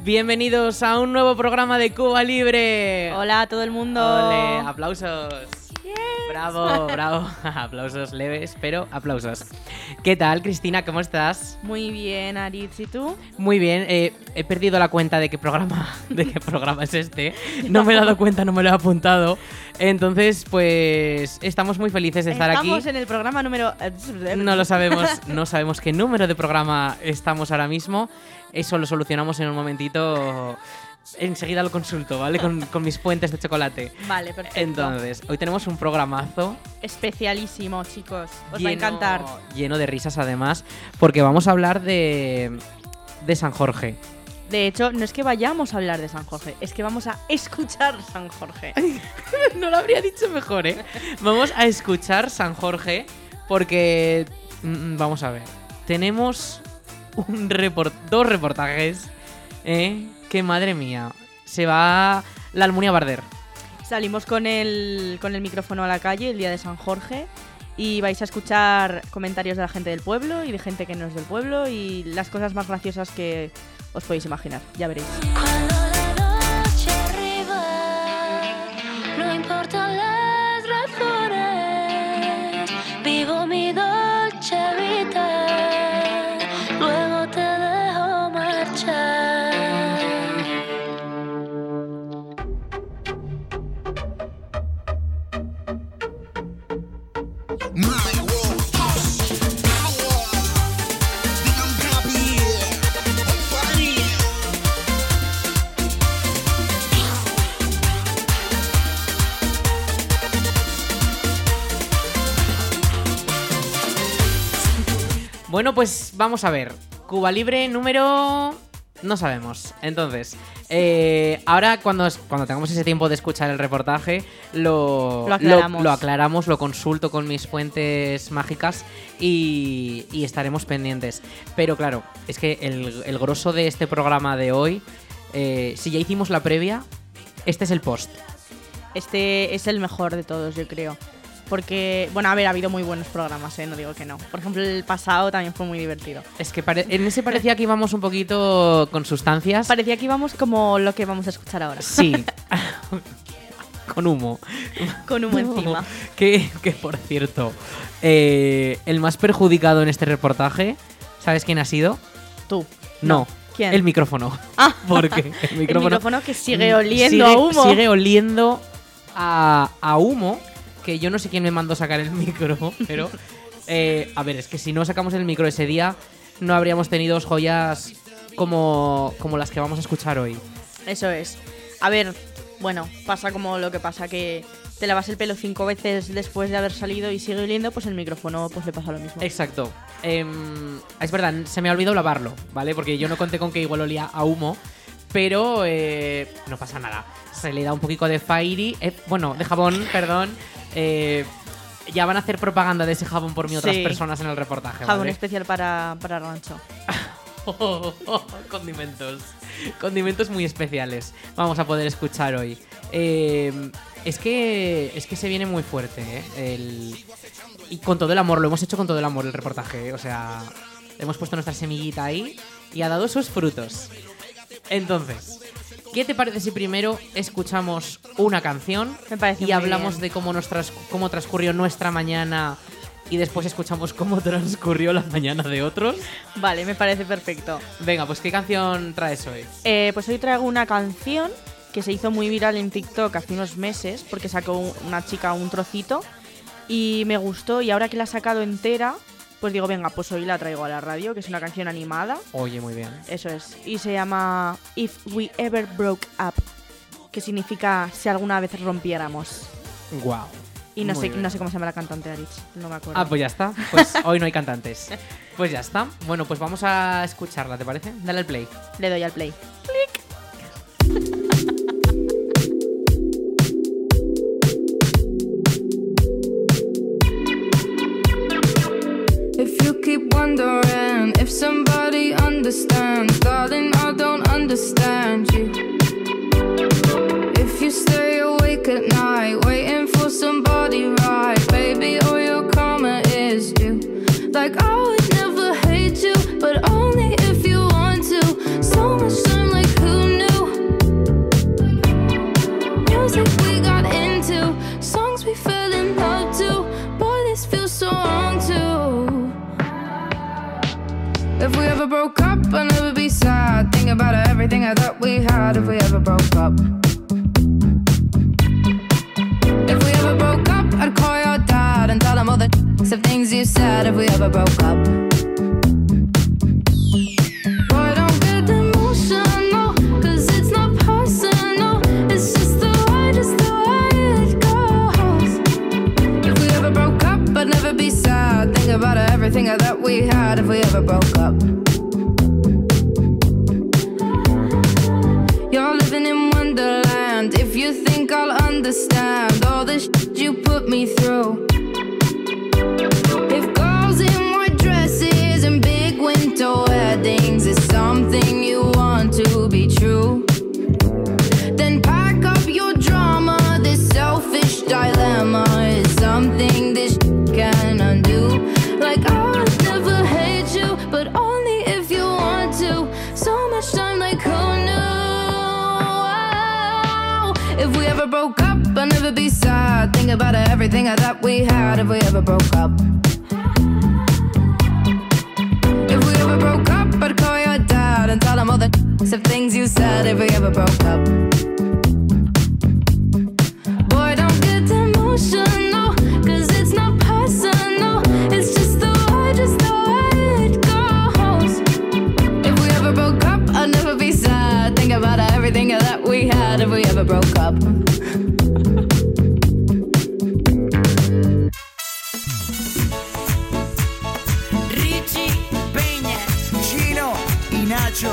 Bienvenidos a un nuevo programa de Cuba Libre. Hola a todo el mundo. Ole, aplausos. Bravo, bravo. aplausos leves, pero aplausos. ¿Qué tal, Cristina? ¿Cómo estás? Muy bien, Aritz, ¿y tú? Muy bien. eh, he perdido la cuenta de qué programa, de qué programa es este. No me he dado cuenta, no me lo he apuntado. Entonces, pues estamos muy felices de estar Estamos aquí. en el programa número... eh, No lo sabemos, no sabemos qué número de programa estamos ahora mismo. Eso lo solucionamos en un momentito. Enseguida lo consulto, ¿vale? Con, con mis fuentes de chocolate. Vale, perfecto. Entonces, hoy tenemos un programazo Especialísimo, chicos. Os va a lleno- encantar. Lleno de risas además, porque vamos a hablar de de San Jorge. De hecho, no es que vayamos a hablar de San Jorge, es que vamos a escuchar San Jorge. no lo habría dicho mejor, ¿eh? Vamos a escuchar San Jorge porque mm, vamos a ver. Tenemos un report dos reportajes, ¿eh? Que madre mía, se va la Almunia a Barder. Salimos con el, con el micrófono a la calle el día de San Jorge y vais a escuchar comentarios de la gente del pueblo y de gente que no es del pueblo y las cosas más graciosas que os podéis imaginar. Ya veréis. Cuando la noche arriba, no importan las razones, vivo mi dolce vida, luego te dejo marchar. Bueno, pues vamos a ver. Cuba Libre número... No sabemos. Entonces, eh, ahora cuando, es- cuando tengamos ese tiempo de escuchar el reportaje, lo, Lo aclaramos. lo aclaramos, lo consulto con mis fuentes mágicas y, y estaremos pendientes. Pero claro, es que el, el grosso de este programa de hoy, eh, si ya hicimos la previa, este es el post. Este es el mejor de todos, yo creo. Porque, bueno, a ver, ha habido muy buenos programas, ¿eh? no digo que no. Por ejemplo, el pasado también fue muy divertido. Es que pare- en ese parecía que íbamos un poquito con sustancias. Parecía que íbamos como lo que vamos a escuchar ahora, Sí. con humo. con humo No, encima. Que, que, por cierto, eh, el más perjudicado en este reportaje, ¿sabes quién ha sido? Tú. No. ¿Quién? El micrófono. Ah. Porque el micrófono, micrófono que sigue oliendo sigue- a humo. Sigue oliendo a, a humo, que yo no sé quién me mandó sacar el micro, pero... eh, a ver, es que si no sacamos el micro ese día, no habríamos tenido joyas como, como las que vamos a escuchar hoy. Eso es. A ver, bueno, pasa como lo que pasa, que te lavas el pelo cinco veces después de haber salido y sigue oliendo, pues el micrófono pues le pasa lo mismo. Exacto. Em, es verdad, se me ha olvidado lavarlo, ¿vale? Porque yo no conté con que igual olía a humo, pero eh, no pasa nada. Se le da un poquito de fairy, eh, bueno, de jabón, perdón. Eh, ya van a hacer propaganda de ese jabón por mí otras Sí. personas en el reportaje. Jabón ¿vale? Oh, especial para, para rancho. condimentos. Condimentos muy especiales. Vamos a poder escuchar hoy. Eh, es que. Es que se viene muy fuerte, ¿eh? El- y con todo el amor, lo hemos hecho con todo el amor el reportaje. ¿eh? O sea, hemos puesto nuestra semillita ahí y ha dado sus frutos. Entonces, ¿Qué te parece si primero escuchamos una canción Me parece y muy hablamos bien. de cómo, nos trans- cómo transcurrió nuestra mañana y después escuchamos cómo transcurrió la mañana de otros? Vale, me parece perfecto. Venga, pues ¿qué canción traes hoy? Eh, pues hoy traigo una canción que se hizo muy viral en TikTok hace unos meses porque sacó un- una chica un trocito y me gustó y ahora que la ha sacado entera, pues digo, venga, pues hoy la traigo a la radio, que es una canción animada, Oye, muy bien. eso es, y se llama If We Ever Broke Up, que significa si alguna vez rompiéramos. Wow. Y no Muy sé, bien. no sé cómo se llama la cantante Aritz, no me acuerdo. Ah, pues ya está. Pues hoy no hay cantantes. Pues ya está. Bueno, pues vamos a escucharla, ¿te parece? Dale al play. Le doy al play. If you keep wondering if somebody understands, darling, I don't understand you. If you stay awake at night, waiting for somebody right, baby, all your karma is you. Like, I would never hate you, but only if you want to. So much time, like, who knew? Music we got into, songs we fell in love to. Boy, this feels so wrong, too. If we ever broke up, I'll never be sad. Think about everything I thought we had if we ever broke up. If we ever broke up, I'd call your dad and tell him all the of things you said if we ever broke up. Boy, don't get emotional, 'cause it's not personal. It's just the way, just the way it goes. If we ever broke up, I'd never be sad. Think about everything that we had if we ever broke up. You're living in Wonderland. If you think I'll understand all the shit you put me through. If girls in white dresses and big winter weddings is something you want to be true. Then pack up your drama. This selfish dilemma is something this can undo. Like I would never hate you, but only if you want to. So much time, like who knew? If we ever broke up, I'll never be sad. Think about everything I thought we had. If we ever broke up. If we ever broke up, I'd call your dad and tell him all the of things you said if we ever broke up. Boy, don't get emotional, 'cause it's not personal. It's just the way, just the way it goes. If we ever broke up, I'd never be sad. Think about everything that we had if we ever broke up. Richie Peña. Chino y Nacho.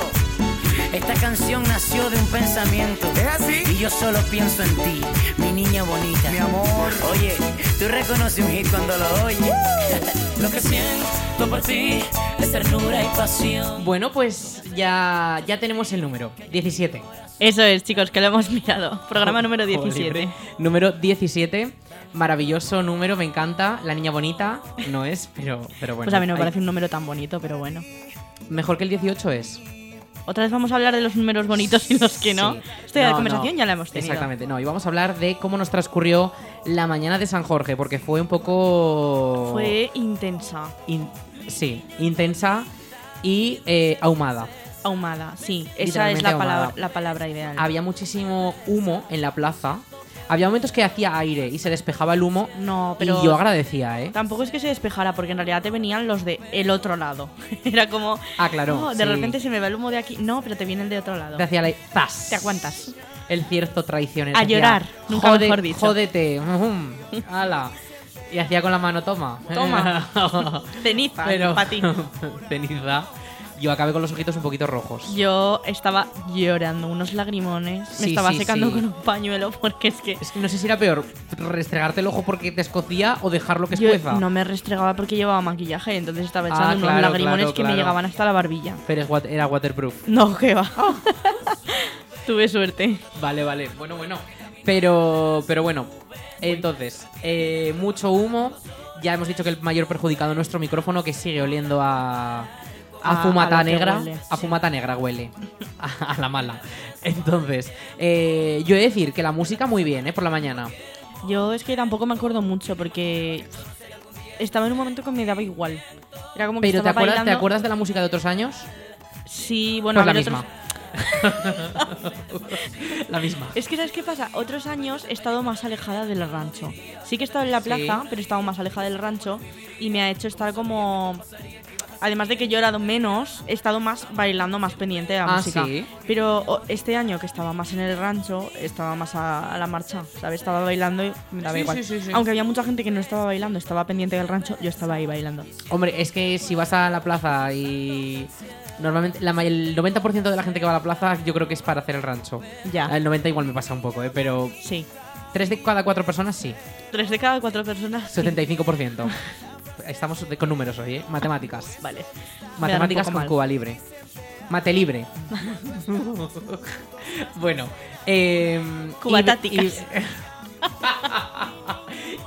Esta canción nació de un pensamiento. ¿Es así? Y yo solo pienso en ti, mi niña bonita. Mi amor. Oye, tú reconoces un hit cuando lo oyes. lo que siento por ti es ternura y pasión. Bueno, pues ya, ya tenemos el número. 17. Eso es, chicos, que lo hemos mirado. Programa número Joder, 17. número 17. Maravilloso número, me encanta. La niña bonita no es, pero, pero bueno. Pues a mí no me Ay, parece un número tan bonito, pero bueno. Mejor que el 18 es. Otra vez vamos a hablar de los números bonitos y los que no. Sí. Esta No, conversación no. ya la hemos tenido. Exactamente, no. Y vamos a hablar de cómo nos transcurrió la mañana de San Jorge, porque fue un poco. Fue intensa, in- sí, intensa y eh, ahumada. ahumada, sí. Esa es Literalmente la ahumada. palabra, la palabra ideal. Había muchísimo humo en la plaza. Había momentos que hacía aire y se despejaba el humo. No, pero- Y yo agradecía, ¿eh? Tampoco es que se despejara, porque en realidad te venían los de el otro lado. Era como. Ah, claro, "Oh, de sí. repente se me va el humo de aquí. No, pero te viene el de otro lado. Te hacía la... ¡Zas! Te aguantas. El cierto traicionero. A Hacía, llorar, nunca "Jode- mejor dicho". Jódete. ujum, Ala. Y hacía con la mano, toma. Toma. Ceniza, Pero... pa' ti. Ceniza. Yo acabé con los ojitos un poquito rojos. Yo estaba llorando, unos lagrimones. Sí, me estaba sí, secando sí. con un pañuelo porque es que. Es que no sé si era peor restregarte el ojo porque te escocía o dejarlo que yo escueza. no me restregaba porque llevaba maquillaje, entonces estaba Ah, echando unos claro, lagrimones claro, que me claro. llegaban hasta la barbilla. Pero es wat- era waterproof. No, que va. Oh. Tuve suerte. Vale, vale. Bueno, bueno. Pero, pero bueno. Entonces, eh, mucho humo. Ya hemos dicho que el mayor perjudicado es nuestro micrófono que sigue oliendo a, a, a- fumata Ah, a lo que negra, huele. a fumata negra huele, a, a la mala. Entonces, eh, yo he de decir que la música muy bien, ¿eh? Por la mañana. Yo es que tampoco me acuerdo mucho porque estaba en un momento que me daba igual. Era como que Pero ¿te estaba acuerdas, ¿te bailando- acuerdas de la música de otros años? Sí, bueno, pues la a ver, otros- misma. la misma. Es que, ¿sabes qué pasa? Otros años he estado más alejada del rancho. Sí que he estado en la Sí. plaza, pero he estado más alejada del rancho y me ha hecho estar como... Además de que he llorado menos, he estado más bailando, más pendiente de la Ah, música. ¿sí? Pero o, este año que estaba más en el rancho, estaba más a, a la marcha, ¿sabes? Estaba bailando y me daba Sí, igual. sí, sí, sí. Aunque había mucha gente que no estaba bailando, estaba pendiente del rancho, yo estaba ahí bailando. Hombre, es que si vas a la plaza y... Normalmente, la ma- el 90% de la gente que va a la plaza yo creo que es para hacer el rancho. Ya. El 90 igual me pasa un poco, ¿eh? Pero Sí. 3 de cada 4 personas sí. Tres de cada cuatro personas. sí. 75%. Estamos de- con números hoy, ¿eh? Matemáticas. Vale. Me dan un Matemáticas poco con mal. Cuba Libre. Mate libre. bueno. eh, Cubatáticas.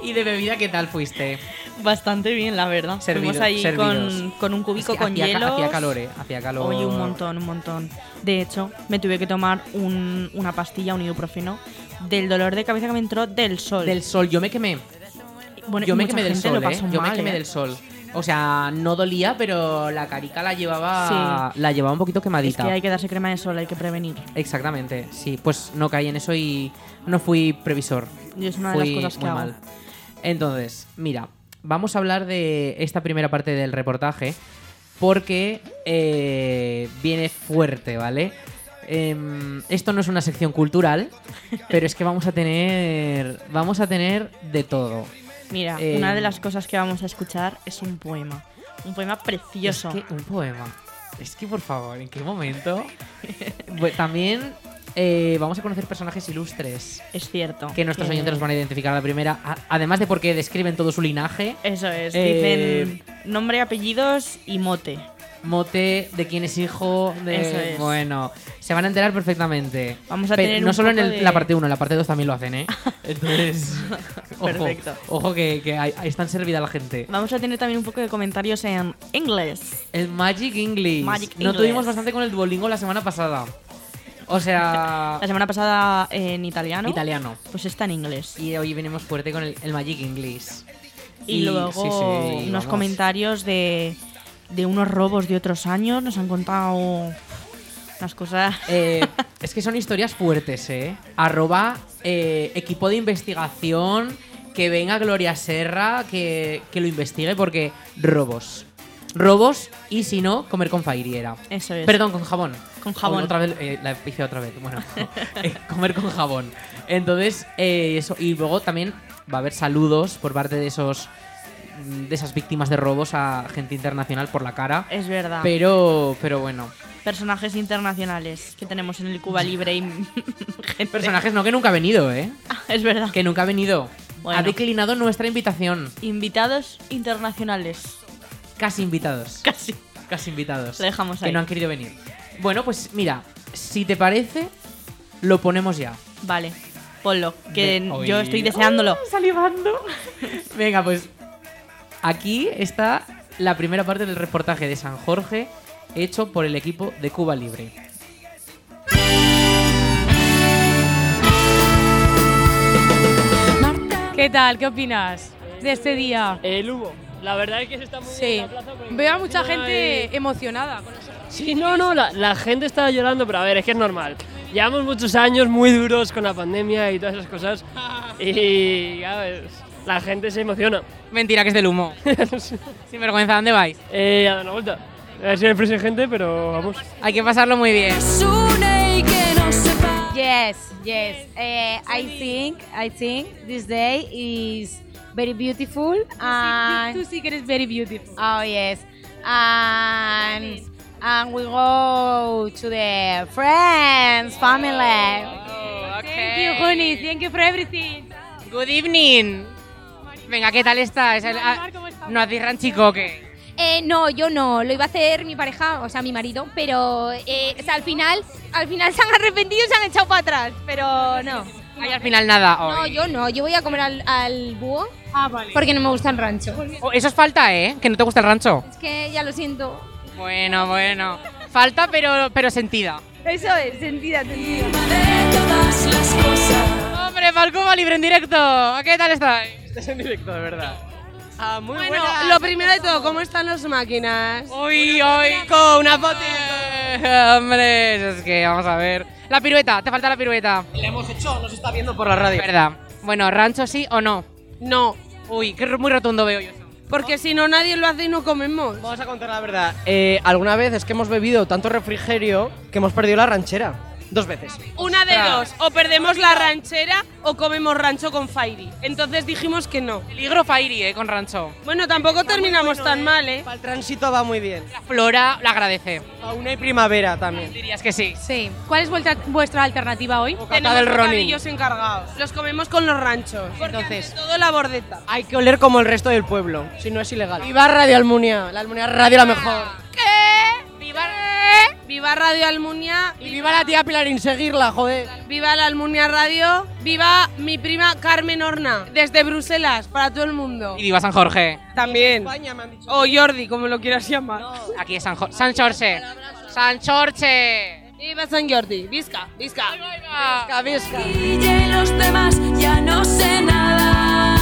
Y, y de bebida qué tal fuiste? Bastante bien, la verdad. Servidos, Fuimos ahí con, servidos. con un cubico Es que con hacía, ca- hielo. Hacía calor, eh, hacía calor. Oye, un montón, un montón. De hecho, me tuve que tomar un- una pastilla, un ibuprofeno, del dolor de cabeza que me entró del sol. Del sol, yo me quemé. bueno, y Yo me mucha quemé del gente lo sol, eh. pasó Yo me mal, quemé ¿eh? del sol. O sea, no dolía, pero la carica la llevaba Ah, la llevaba un poquito Es quemadita. que hay que darse crema de sol, hay que prevenir. Exactamente, sí. Pues no caí en eso y no fui previsor. Y es una de las Fui cosas que muy hago. mal. Entonces, mira, vamos a hablar de esta primera parte del reportaje porque eh, viene fuerte, ¿vale? Em, esto no es una sección cultural, pero es que vamos a tener, vamos a tener de todo. Mira, Eh, una de las cosas que vamos a escuchar es un poema. Un poema precioso. Es que un poema. Es que, por favor, ¿en qué momento? Bu- también eh, vamos a conocer personajes ilustres. Es cierto. que nuestros oyentes los van a identificar a la primera, a- además de porque describen todo su linaje, Eso es. Eh, Dicen nombre, apellidos y mote. mote, de quién es hijo, de... Eso es. Bueno, se van a enterar perfectamente. Vamos a Pe- tener no un solo en poco el- de- la parte 1, en la parte 2 también lo hacen, ¿eh? Entonces... ojo, Perfecto. Ojo que, que ahí- ahí están servida la gente. Vamos a tener también un poco de comentarios en inglés. El Magic English. Magic no English. tuvimos bastante con el Duolingo la semana pasada. O sea... La semana pasada en italiano. Italiano. Pues está en inglés. Y hoy venimos fuerte con el, el Magic English. Y, luego sí, sí, unos vamos. comentarios de, de unos robos de otros años. Nos han contado unas cosas. Eh, es que son historias fuertes, ¿eh? Arroba eh, equipo de investigación, que venga Gloria Serra, que, que lo investigue, porque robos. Robos y si no, comer con fairiera. Eso es. Perdón, con jabón. Con jabón. O- Otra vez, eh, la hice otra vez. Bueno, eh, comer con jabón. Entonces, eh, eso. Y luego también va a haber saludos por parte de esos de esas víctimas de robos a gente internacional por la cara. Es verdad. Pero, pero bueno. Personajes internacionales que tenemos en el Cuba Libre y gente. Personajes no que nunca ha venido, ¿eh? Ah, Es verdad. Que nunca ha venido. Bueno. Ha declinado nuestra invitación. Invitados internacionales. Casi invitados. Casi. Casi invitados. Lo dejamos ahí. Que no han querido venir. Bueno, pues mira, si te parece, lo ponemos ya. Vale. Ponlo. Que Ve- yo Uy. estoy deseándolo. Salivando. Venga, pues aquí está la primera parte del reportaje de San Jorge hecho por el equipo de Cuba Libre. ¿Qué tal? ¿Qué opinas de este día? El Hugo. La verdad es que se está muy bien Sí. en la plaza. porque Veo a mucha no hay- gente emocionada. con eso. Sí, no, no, la, la gente está llorando, pero a ver, es que es normal. Llevamos muchos años muy duros con la pandemia y todas esas cosas. Y, ¿sabes? La gente se emociona. Mentira, que es del humo. Sin vergüenza, ¿dónde vais? Eh, a dar una vuelta. A ver si hay prisa de gente, pero vamos. Hay que pasarlo muy bien. Yes, yes. Uh, I think I think this day is very beautiful Tu and sí que eres very beautiful. oh yes, and and we go to the friends, family. Thank you, honey. Thank you for everything. Eh, Good evening. Venga, ¿qué tal estás? El- ah, ¿Cómo estás? ¿No hacéis ranchico o qué? Eh, no, yo no, lo iba a hacer mi pareja, o sea, mi marido, pero eh, o sea, al final al final se han arrepentido y se han echado para atrás, pero no. Ay, al final nada. No, hoy. yo no, yo voy a comer al, al búho porque no me gusta el rancho. Oh, eso es falta, ¿eh? Que no te gusta el rancho. Es que ya lo siento. Bueno, bueno. Falta, pero, pero sentida. Eso es, sentida, sentida. Hombre, Marco Libre en directo. ¿Qué tal estáis? Estás en directo, de verdad. Ah, muy Oh, bueno, buenas. lo primero de todo, ¿cómo están las máquinas? Uy, hoy con una foto. Eh, Hombre, es que vamos a ver. La pirueta, te falta la pirueta. La hemos hecho, nos está viendo Por la radio. Verdad. Bueno, rancho sí o no. No. Uy, qué muy rotundo veo yo. Porque si no, nadie lo hace y no comemos. Vamos a contar la verdad. Eh, alguna vez es que hemos bebido tanto refrigerio que hemos perdido la ranchera. Dos veces. Una de dos, o perdemos la ranchera o comemos rancho con Fairy. Entonces dijimos que no. Peligro Fairy, eh, con rancho. Bueno, tampoco terminamos tan mal, ¿eh? El tránsito va muy bien. Flora la agradece. Fauna y primavera también. Dirías que sí. Sí. ¿Cuál es vuestra, vuestra alternativa hoy? Tenemos bocadillos encargados. Los comemos con los ranchos. Entonces, todo la bordeta. Hay que oler como el resto del pueblo, si no es ilegal. Viva Radio Almunia, la Almunia Radio la mejor. Viva Radio Almunia. Y viva la tía Pilarín, seguirla, joder. Viva la Almunia Radio. Viva mi prima Carmen Horna, desde Bruselas, para todo el mundo. Y viva San Jorge. También. O Jordi, como lo quieras llamar. Aquí es San Jorge. San Jorge. San Jorge. Viva San Jordi. Visca, visca. Visca, visca. Y los demás ya no sé nada.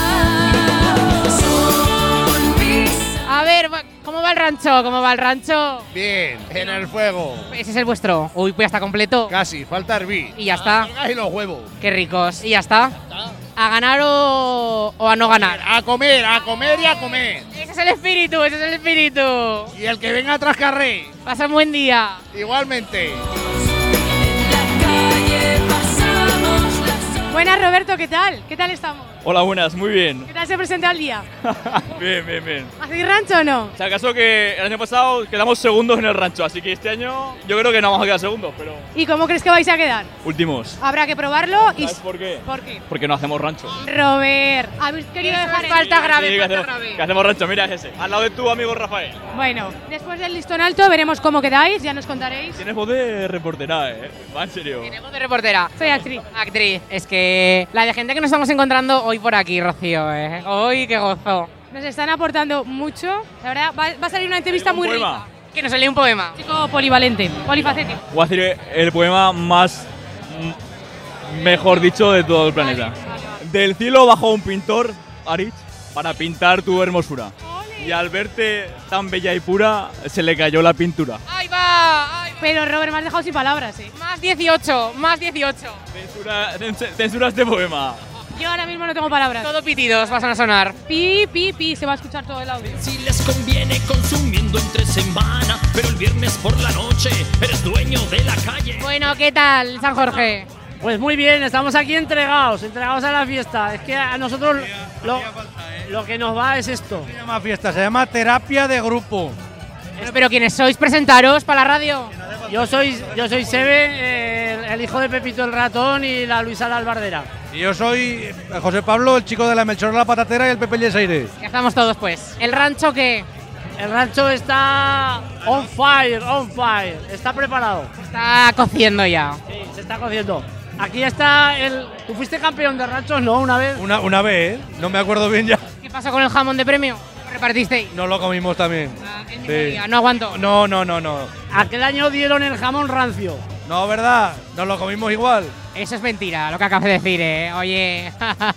Son mis- A ver, va- ¿cómo va el rancho? ¿Cómo va el rancho? Bien, en el fuego. Ese es el vuestro. Uy, pues ya está completo. Casi, falta hervir. Y ya está. Y los huevos. Qué ricos. Y ya está. ¿A ganar o, o a no ganar? A comer, a comer y a comer. Ese es el espíritu, ese es el espíritu. Y el que venga atrás carré. Pasa un buen día. Igualmente. Buenas, Roberto, ¿qué tal? ¿Qué tal estamos? Hola, buenas, muy bien. ¿Qué tal se presenta el día? Bien, bien, bien. ¿Hacéis rancho o no? O sea, caso que el año pasado quedamos segundos en el rancho, así que este año yo creo que no vamos a quedar segundos, pero ¿Y cómo crees que vais a quedar? últimos. Habrá que probarlo y... ¿Sabes por qué? ¿Por qué? Porque no hacemos rancho. Robert, habéis querido dejar en falta Sí, que, hacemos, que hacemos rancho, mira es ese. Al lado de tu amigo Rafael. Bueno, después del listón alto veremos cómo quedáis, ya nos contaréis. Tienes voz de reportera, eh. Va en serio. de reportera. Soy actriz. Actriz. Es que la de gente que nos estamos encontrando hoy por aquí, Rocío, ¿eh? Hoy, qué gozo. Nos están aportando mucho. La verdad, va, va a salir una entrevista muy rica. poema. Que nos lee un poema. Chico polivalente, polifacético. Voy a decir el poema más. mm, mejor dicho de todo el planeta. Del cielo bajó un pintor, Arich, para pintar tu hermosura. Y al verte tan bella y pura, se le cayó la pintura. ¡Ahí va! Pero Robert, me has dejado sin palabras, ¿eh? Más 18, más 18. Censura, cens- censura este poema. Yo ahora mismo no tengo palabras. Todo pitidos, vas a sonar. Pi, pi, pi, se va a escuchar todo el audio. Si les conviene consumiendo entre semana, pero el viernes por la noche eres dueño de la calle. Bueno, ¿qué tal, San Jorge? Pues muy bien, estamos aquí entregados, entregados a la fiesta. Es que a nosotros lo, lo que nos va es esto. Se llama fiesta, se llama terapia de grupo. Pero quienes sois, presentaros para la radio. Yo soy, yo soy Sebe, eh, el- el hijo de Pepito el ratón y la Luisa la albardera. Y yo soy eh, José Pablo, el chico de la melchora la patatera y el Pepe Yesaire. Ya estamos todos, pues. ¿El rancho qué? El rancho está on fire, on fire. Está preparado. Está cociendo ya. Sí, se está cociendo. Aquí está el. ¿Tú fuiste campeón de ranchos, no? Una vez. Una, una vez, ¿eh? No me acuerdo bien ya. ¿Qué pasó con el jamón de premio? ¿Lo repartisteis? No lo comimos también. Sí. día, no aguanto. Ah, No, no, no, no. Aquel año dieron el jamón rancio. No, ¿verdad? Nos lo comimos igual. Eso es mentira, lo que acabas de decir, ¿eh? Oye,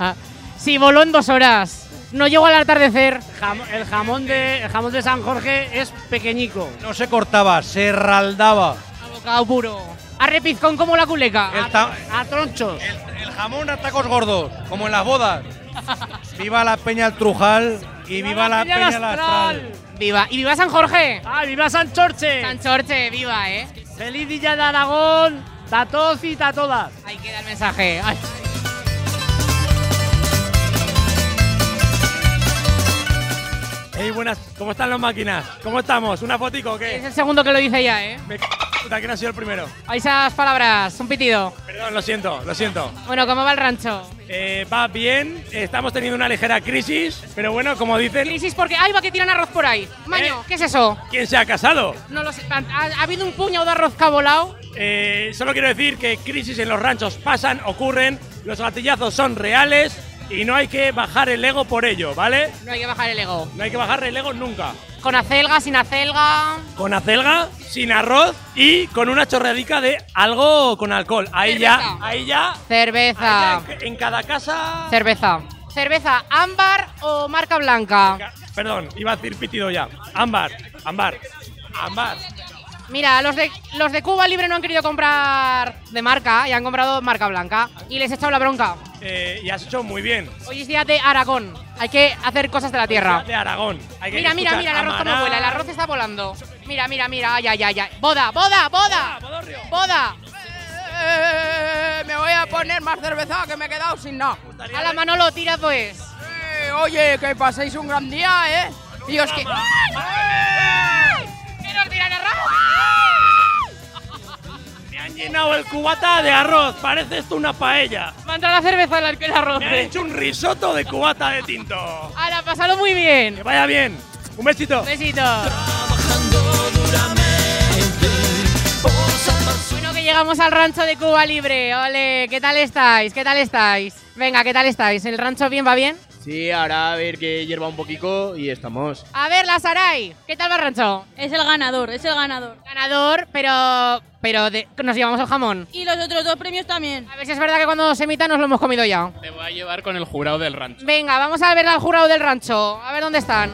si voló en dos horas, no llegó al atardecer. Jam- el, jamón de, el jamón de San Jorge es pequeñico. No se cortaba, se raldaba. Abocado puro. A repizcón como la culeca. ta- A, tronchos. El jamón a tacos gordos, como en las bodas. Viva la peña al trujal y viva, la peña, lastral. Viva. Y viva San Jorge. ¡Ah, viva San Jorge! San Jorge, viva, ¿eh? ¡Feliz Villa de Aragón! ¡Ta todos y ta todas! Ahí queda el mensaje. Ay. Hey, buenas, ¿cómo están las máquinas? ¿Cómo estamos? ¿Una fotico o Es qué? el segundo que lo dice ya, ¿eh? Me c puta, que no ha sido el primero. Ahí esas palabras, un pitido. Perdón, lo siento, lo siento. Bueno, ¿cómo va el rancho? Eh, va bien, estamos teniendo una ligera crisis, pero bueno, como dicen, Crisis porque. ¡Ay, va que tiran arroz por ahí! ¿Eh? Maño, ¿qué es eso? ¿quién se ha casado? No lo sé. ¿Ha, ha habido un puñado de arroz que ha volado? Eh, solo quiero decir que crisis en los ranchos pasan, ocurren, los gatillazos son reales y no hay que bajar el ego por ello, ¿vale? No hay que bajar el ego. No hay que bajar el ego nunca. Con acelga, sin acelga. Con acelga, sin arroz y con una chorradica de algo con alcohol. Ahí ya. Ahí ya. Cerveza. En cada casa. Cerveza. Cerveza, ámbar o marca blanca. Perdón, iba a decir pitido ya. Ámbar, ámbar, ámbar. Mira, los de, los de Cuba Libre no han querido comprar de marca y han comprado marca blanca. Y les he echado la bronca. Eh, y has hecho muy bien. Hoy es día de Aragón. Hay que hacer cosas de la tierra. De Aragón. Hay que Mira, mira, escuchar mira, el arroz a como Maná. vuela, el arroz está volando. Mira, mira, mira, ay, ay, ay, ay. Boda, boda, boda. Boda. Eh, me voy a poner más cerveza que me he quedado sin nada. A la mano lo tira pues. Eh, oye, que paséis un gran día, ¿eh? Y os que... ¡Ah! ¿Qué nos dirán arroz? Me han llenado el cubata de arroz. Parece esto una paella. Va a entrar la cerveza al el arroz. Me han hecho un risoto de cubata de tinto. Ahora, pasado muy bien. Oh. Que vaya bien. Un besito. Besito. Bueno, que llegamos al rancho de Cuba Libre. Ole, ¿qué tal estáis? ¿Qué tal estáis? Venga, ¿qué tal estáis? ¿El rancho bien va bien? Sí, ahora a ver que hierva un poquito y estamos. A ver, la Saray, ¿qué tal va el rancho? Es el ganador, es el ganador. Ganador, pero pero de- nos llevamos el jamón. Y los otros dos premios también. A ver si es verdad que cuando se emita nos lo hemos comido ya. Te voy a llevar con el jurado del rancho. Venga, vamos a ver al jurado del rancho. A ver dónde están.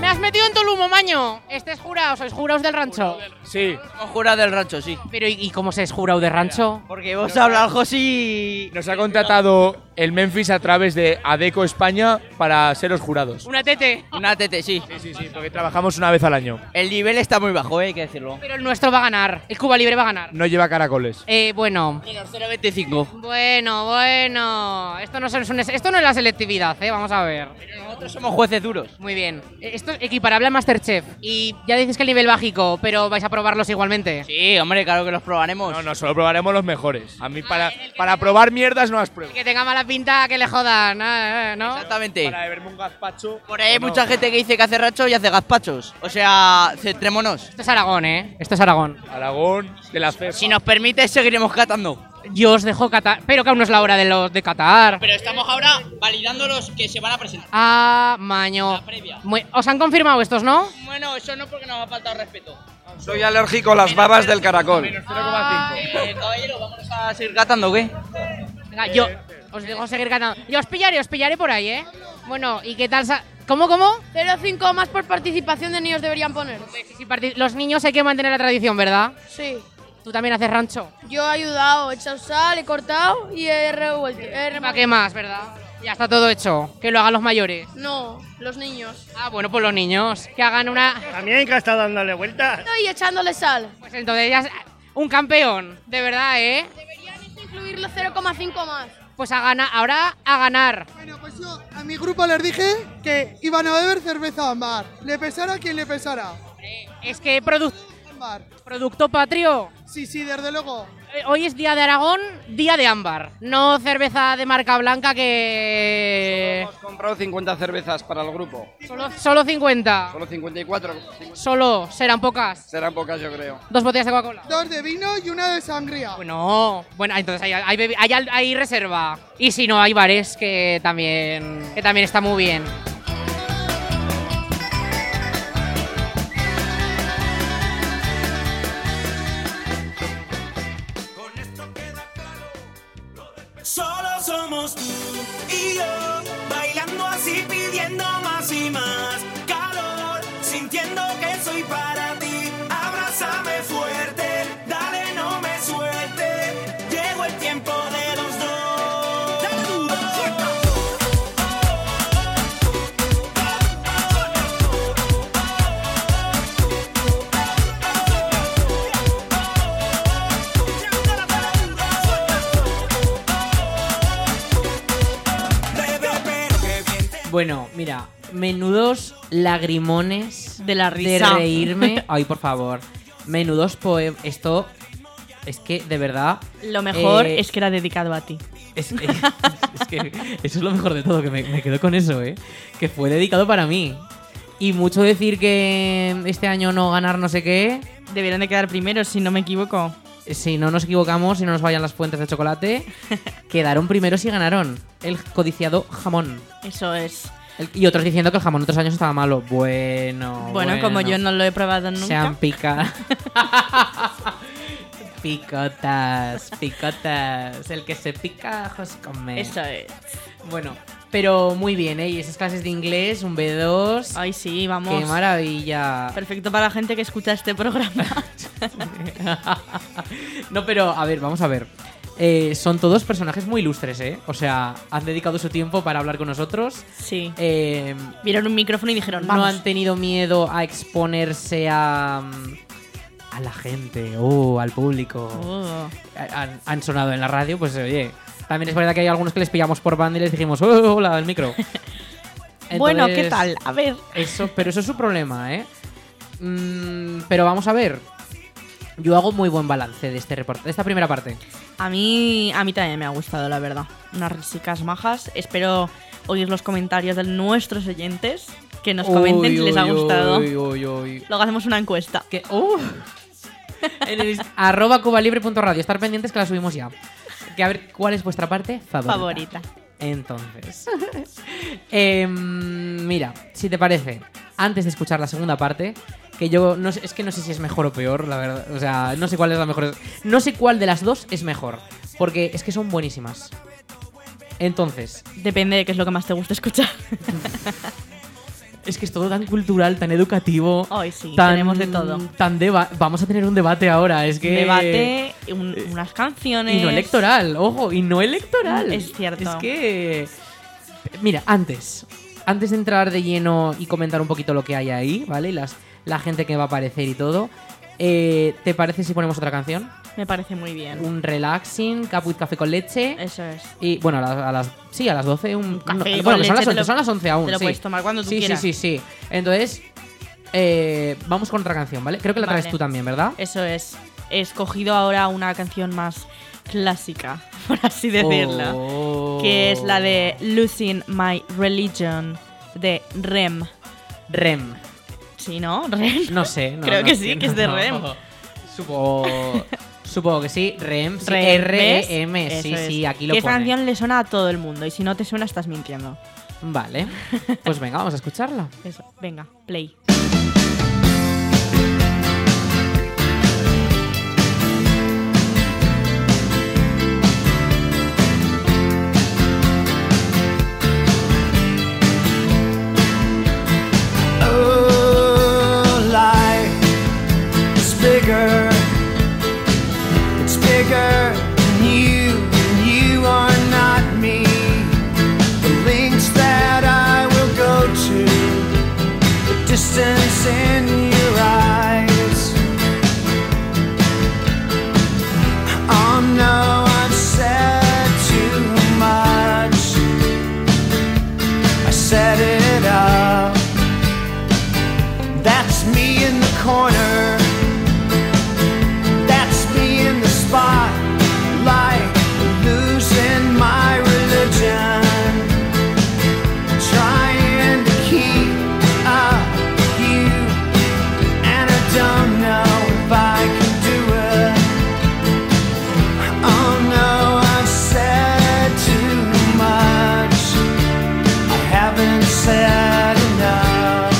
Me has metido en Tulumo, maño. Este es jurado, sois jurados del rancho. Sí. Jurado del rancho, sí. Pero ¿y, y cómo se es jurado del rancho? Porque vos hablas, José. Nos ha contratado el Memphis a través de Adeco España para ser los jurados. Una tete. Una tete, sí. Sí, sí, sí, porque trabajamos una vez al año. El nivel está muy bajo, eh, hay que decirlo. Pero el nuestro va a ganar. El Cuba Libre va a ganar. No lleva caracoles. Eh, bueno. Menos 0,25. Bueno, bueno. Esto no, es un- esto no es la selectividad, eh. Vamos a ver. Nosotros somos jueces duros. Muy bien. Eh, Esto es equiparable a Masterchef. Y ya decís que el nivel bajico, pero vais a probarlos igualmente. Sí, hombre, claro que los probaremos. No, no, solo probaremos los mejores. A Ah, mí para, para probar mierdas no las pruebo. Que tenga mala pinta, que le jodan, eh, eh, ¿no? Exactamente. Para beberme un gazpacho. Por ahí hay mucha gente que dice que hace racho y hace gazpachos. O sea, centrémonos. Esto es Aragón, ¿eh? Esto es Aragón. Aragón, de la Si nos permite, seguiremos catando. Yo os dejo Qatar, pero que aún no es la hora de, los de Qatar. Pero estamos ahora validando los que se van a presentar. Ah, maño. Muy- os han confirmado estos, ¿no? Bueno, eso no porque nos ha faltado respeto. Soy alérgico a las babas del caracol. caballero, vamos a seguir catando, o ¿qué? Venga, Ah, yo os dejo seguir ganando. Yo os pillaré, os pillaré por ahí, ¿eh? Bueno, ¿y qué tal? sa- ¿Cómo, cómo? 0,5 más por participación de niños deberían poner. Si parti- Los niños hay que mantener la tradición, ¿verdad? Sí. Tú también haces rancho. Yo he ayudado, he echado sal, he cortado y he revuelto. ¿Para qué más, verdad? Ya está todo hecho. Que lo hagan los mayores. No, los niños. Ah, bueno, pues los niños. Que hagan una. También que está dándole vueltas. Y echándole sal. Pues entonces ya. es- Un campeón, de verdad, ¿eh? Incluirlo 0,5 más. Pues a ganar, ahora a ganar. pues A mi grupo les dije que iban a beber cerveza ámbar. Le pesara quien le pesara. Eh, Es que produ- producto patrio. Sí, sí, desde luego. Eh, Hoy es día de Aragón, día de ámbar. No cerveza de marca blanca que. Hemos comprado 50 cervezas para el grupo. Solo, solo 50. Solo 54. 50. Solo, serán pocas. Serán pocas, yo creo. Dos botellas de Coca-Cola. Dos de vino y una de sangría. Bueno, bueno, entonces hay, hay bebi- hay al- hay reserva. Y si no, hay bares que también, que también está muy bien. Solo somos tú y yo, bailando así, pidiendo más y más calor, sintiendo que soy para ti. Abrázame fuerte, dale, no me suelte. Llegó el tiempo de los dos. Dale duro. Bueno, mira, menudos lagrimones De la risa. de reírme. Ay, por favor. Menudos poemas. Esto es que, de verdad. Lo mejor eh, es que era dedicado a ti. Es, es que eso es lo mejor de todo, que me, me quedo con eso, ¿eh? Que fue dedicado para mí. Y mucho decir que este año no ganar no sé qué. Debieron de quedar primeros, si no me equivoco. Si no nos equivocamos, si no nos vayan las fuentes de chocolate, quedaron primeros y ganaron el codiciado jamón. Eso es. El- Y otros diciendo que el jamón otros años estaba malo. Bueno. Bueno, como yo no lo he probado nunca. Sean pica. picotas, picotas. El que se pica, ajos come. Eso es. Bueno, pero muy bien, ¿eh? Y esas clases de inglés, un B2. Ay, sí, vamos. Qué maravilla. Perfecto para la gente que escucha este programa. No, pero a ver, vamos a ver. Eh, son todos personajes muy ilustres, ¿eh? O sea, han dedicado su tiempo para hablar con nosotros. Sí. Eh, Vieron un micrófono y dijeron, No "Vamos". han tenido miedo a exponerse a. mm, a la gente, o al público. Oh. Ha- Han, han sonado en la radio, pues oye. También es verdad que hay algunos que les pillamos por banda y les dijimos, "Oh, hola, el micro. Bueno, Entonces, ¿qué tal? A ver. Eso, pero eso es su problema, ¿eh? Mm, pero vamos a ver. Yo hago muy buen balance de este reporte, de esta primera parte. A mí, a mí también me ha gustado, la verdad. Unas risicas majas. Espero oír los comentarios de nuestros oyentes. Que nos comenten Uy, si les ha uy, gustado. uy, uy, uy. Oh. Luego hacemos una encuesta. Que, En el inst- arroba cubalibre.radio. Estar pendientes que la subimos ya. Que a ver cuál es vuestra parte favorita. favorita. Entonces. Em, mira, si te parece, antes de escuchar la segunda parte, que yo no sé, es que no sé si es mejor o peor, la verdad. O sea, no sé cuál es la mejor. No sé cuál de las dos es mejor. Porque es que son buenísimas. Entonces. Depende de qué es lo que más te gusta escuchar. Es que es todo tan cultural, tan educativo. Ay, sí, tan, tenemos de todo. Tan deba- Vamos a tener un debate ahora, es que. Debate, un- unas canciones. Y no electoral, ojo, y no electoral. Es cierto. Es que. Mira, antes. Antes de entrar de lleno y comentar un poquito lo que hay ahí, ¿vale? Y las, la gente que va a aparecer y todo. eh, ¿Te parece si ponemos otra canción? Me parece muy bien. Un relaxing, caput café con leche. Eso es. Y bueno, a las, a las- sí, a las 12 un, café con no, bueno, que leche son las te 11, lo- son las 11 aún. te lo sí. puedes tomar cuando tú Sí, quieras. Sí, sí, sí. Entonces, eh, vamos con otra canción, ¿vale? Creo que la traes Vale. tú también, ¿verdad? Eso es. He escogido ahora una canción más clásica, por así decirlo. Oh. Que es la de Losing My Religion de Rem. Rem. Sí, ¿no? Rem. No sé. no, Creo no que sí, que es de no. Rem. Supongo, supongo que sí. Rem. sí, Rem, R-E-M. ¿ves? Sí, Eso sí, es. aquí lo Y Esta pone. canción le suena a todo el mundo y si no te suena estás mintiendo. Vale. Pues venga, vamos a escucharla. Eso, venga, play. Oh, life is bigger. It's bigger than you, and you are not me. The links that I will go to, the distance in your eyes. Oh no, I've said too much. I set it up. That's me in the corner. That's me in the spotlight, losing my religion. Trying to keep up with you, and I don't know if I can do it. Oh no, I've said too much. I haven't said enough.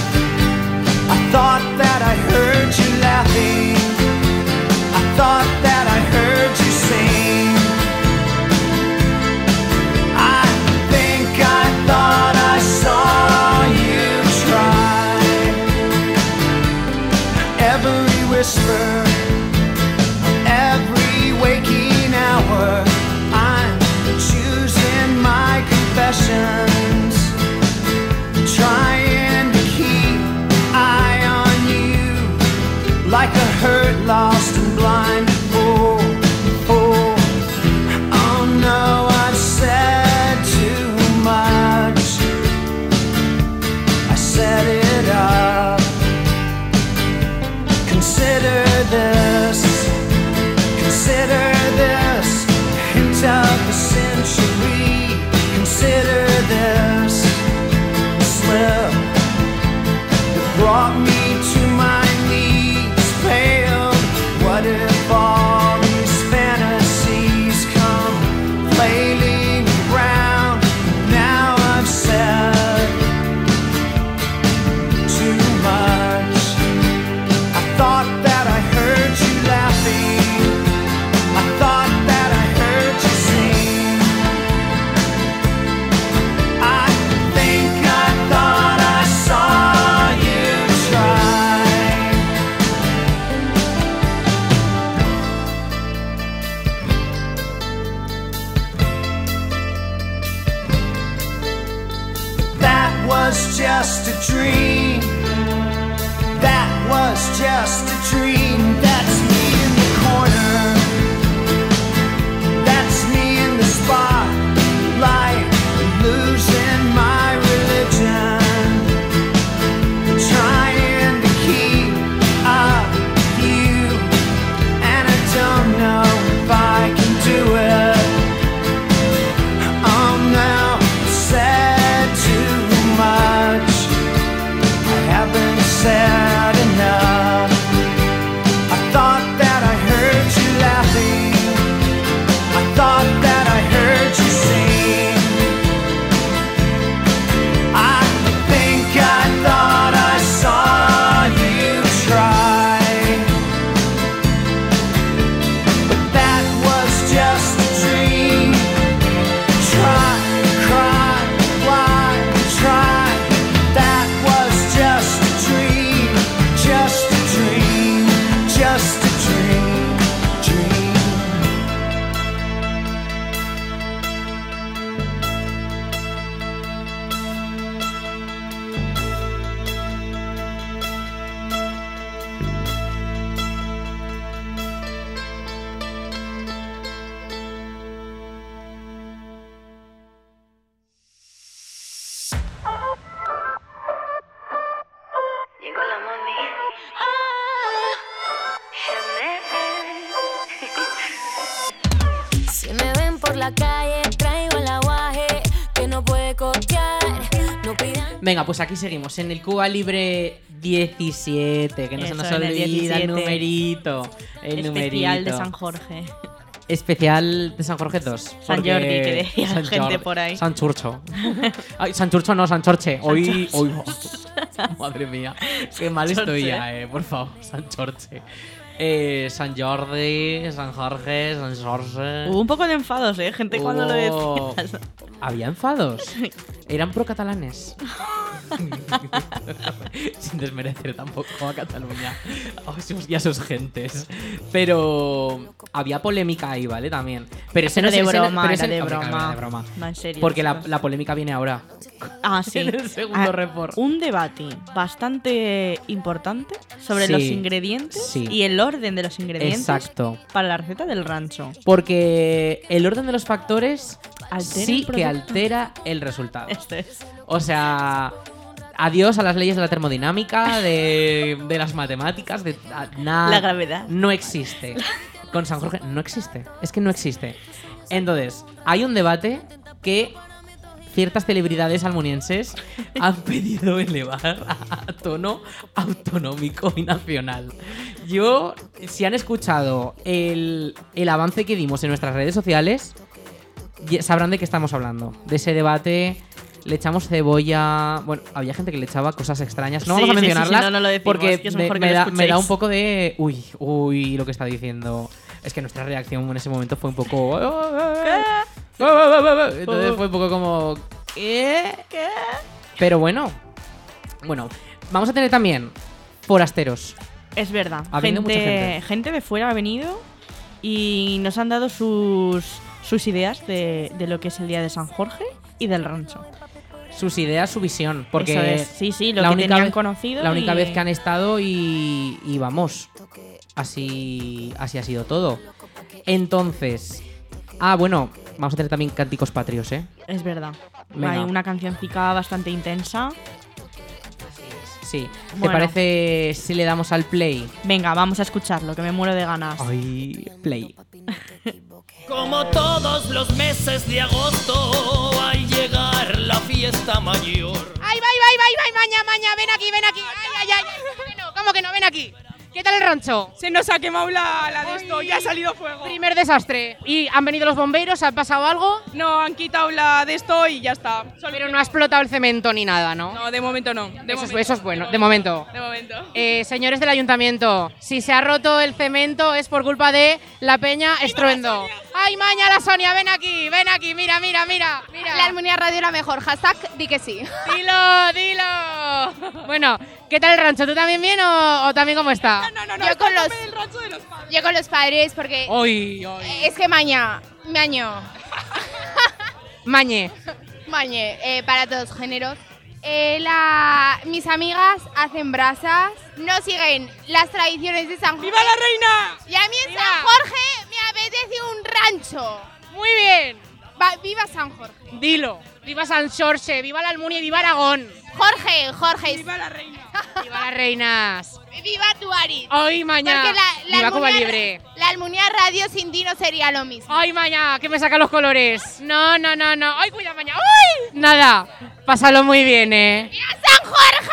I thought that I heard you laughing. I thought that I heard you sing. I think I thought I saw you try. Every whisper, every waking hour, I'm choosing my confessions, trying to keep eye on you like a hurt, lost, and blinded fool. fool. Oh no, I've said too much. I set it up. Consider this. Consider this. Hint of the century. Consider this. was just a dream. That was just a dream. That's me in the corner. That's me in the spotlight, losing my religion. Trying to keep up with you, and I don't know if I can do it. I'm now said too much. I haven't said enough. I thought that I heard you laughing. I thought that I heard you sing. I think I thought I saw you try. But that was just a dream. Try, cry, why try? That was just a dream, just a dream, just a dream, dream. Llegó la mami. Ah, Janet. Si me ven por la calle, traigo el aguaje que no puede costear. No pidan. Venga, pues aquí seguimos. En el Cuba Libre 17, que no se Eso, nos en el olvida 17. el numerito. El Especial de numerito. San Jorge. Especial de San Jorge 2. San Jordi, que decía la gente por ahí. San Churcho. Ay, San Churcho no, San Chorche. Hoy. Chorche. hoy madre mía. Qué mal Chorche. estoy ya, eh, por favor. San Chorche. Eh, San Jordi, San Jorge, San Sorge. Hubo un poco de enfados, ¿eh? Gente cuando lo Hubo- decías. Había enfados. Oh. Eran pro-catalanes. Sin desmerecer tampoco a Cataluña a sus- y a sus gentes. Pero había polémica ahí, ¿vale? También. Pero ese no Era es de ese no- broma, pero ese- era de hombre, claro, broma. era de broma. No, en serio, Porque la, chicos. la polémica viene ahora. Ah, sí. En el segundo Ah, report. Un debate bastante importante sobre Sí, los ingredientes sí. y el orden de los ingredientes Exacto. para la receta del rancho. Porque el orden de los factores Altera el sí que producto. altera el resultado. Esto es. O sea, adiós a las leyes de la termodinámica, de, de las matemáticas, de a- nada. La gravedad. No existe. Con San Jorge no existe. Es que no existe. Entonces, hay un debate que ciertas celebridades almonienses han pedido elevar a, a tono autonómico y nacional. Yo, si han escuchado el, el avance que dimos en nuestras redes sociales, ya sabrán de qué estamos hablando. De ese debate, le echamos cebolla. Bueno, había gente que le echaba cosas extrañas. No Sí, vamos sí, a sí, sí, mencionarlas no, no lo decimos, porque que es me, mejor que me lo da, me da escuchéis. un poco de. Uy, uy, lo que está diciendo. Es que nuestra reacción en ese momento fue un poco. oh, Oh. Entonces fue un poco como. ¿Qué? ¿Qué? Pero bueno. Bueno, vamos a tener también forasteros. Es verdad. Ha gente, venido mucha gente. de fuera ha venido y nos han dado sus, sus ideas de, de lo que es el día de San Jorge y del rancho. Sus ideas, su visión. Porque Eso es. Sí, sí, lo que tenían conocido La única y- vez que han estado y, y vamos. Así, así ha sido todo. Entonces. Ah, bueno, vamos a tener también cánticos patrios, ¿eh? Es verdad. Venga. Hay una cancioncica bastante intensa. Sí. ¿Te Bueno. parece si le damos al play? Venga, vamos a escucharlo, que me muero de ganas. Ay, play. Como todos los meses de agosto, al llegar la fiesta mayor. ¡Ay, va, ay, va, ay, va, ay, maña, maña! ¡Ven aquí, ven aquí! ¡Ay, ay, ay! ¿Cómo que no? ¿Cómo que no? ¡Ven aquí! ¿Qué tal el rancho? Se nos ha quemado la, la de esto, ya ha salido fuego. Primer desastre. ¿Y han venido los bomberos? ¿Ha pasado algo? No, han quitado la de esto y ya está. Pero no ha explotado el cemento ni nada, ¿no? No, de momento no. De eso, es- momento, eso es bueno, de momento. De momento. Eh, señores del ayuntamiento, si se ha roto el cemento es por culpa de la peña estruendo. ¡Ay, maña, la Sonia! ¡Ven aquí, ven aquí! ¡Mira, mira, mira! mira. La Armonía Radio era mejor. Hashtag, di que sí. Dilo, dilo. Bueno, ¿qué tal el rancho? ¿Tú también bien o, o también cómo está? no, no. Yo con los, Yo con los padres porque... Hoy, hoy. eh, Es que maña, maño, Mañe. mañe, eh, para todos géneros. Eh, la- mis amigas hacen brasas, no siguen las tradiciones de San Jorge. ¡Viva la reina! Y a mí en San Jorge me apetece un rancho. Muy bien. viva San Jorge. Dilo. Viva San Jorge, viva la Almunia y viva Aragón. Jorge, Jorge. Viva la reina. Viva las reinas. Viva tu Ari. Hoy, mañana. Porque la, la Viva Cuba Almunia- Libre. La Almunia Radio sin ti no sería lo mismo. Ay, mañana, que me saca los colores. No, no, no, no. Ay, cuidado, mañana. Ay. Nada. Pásalo muy bien, eh. ¡San Jorge!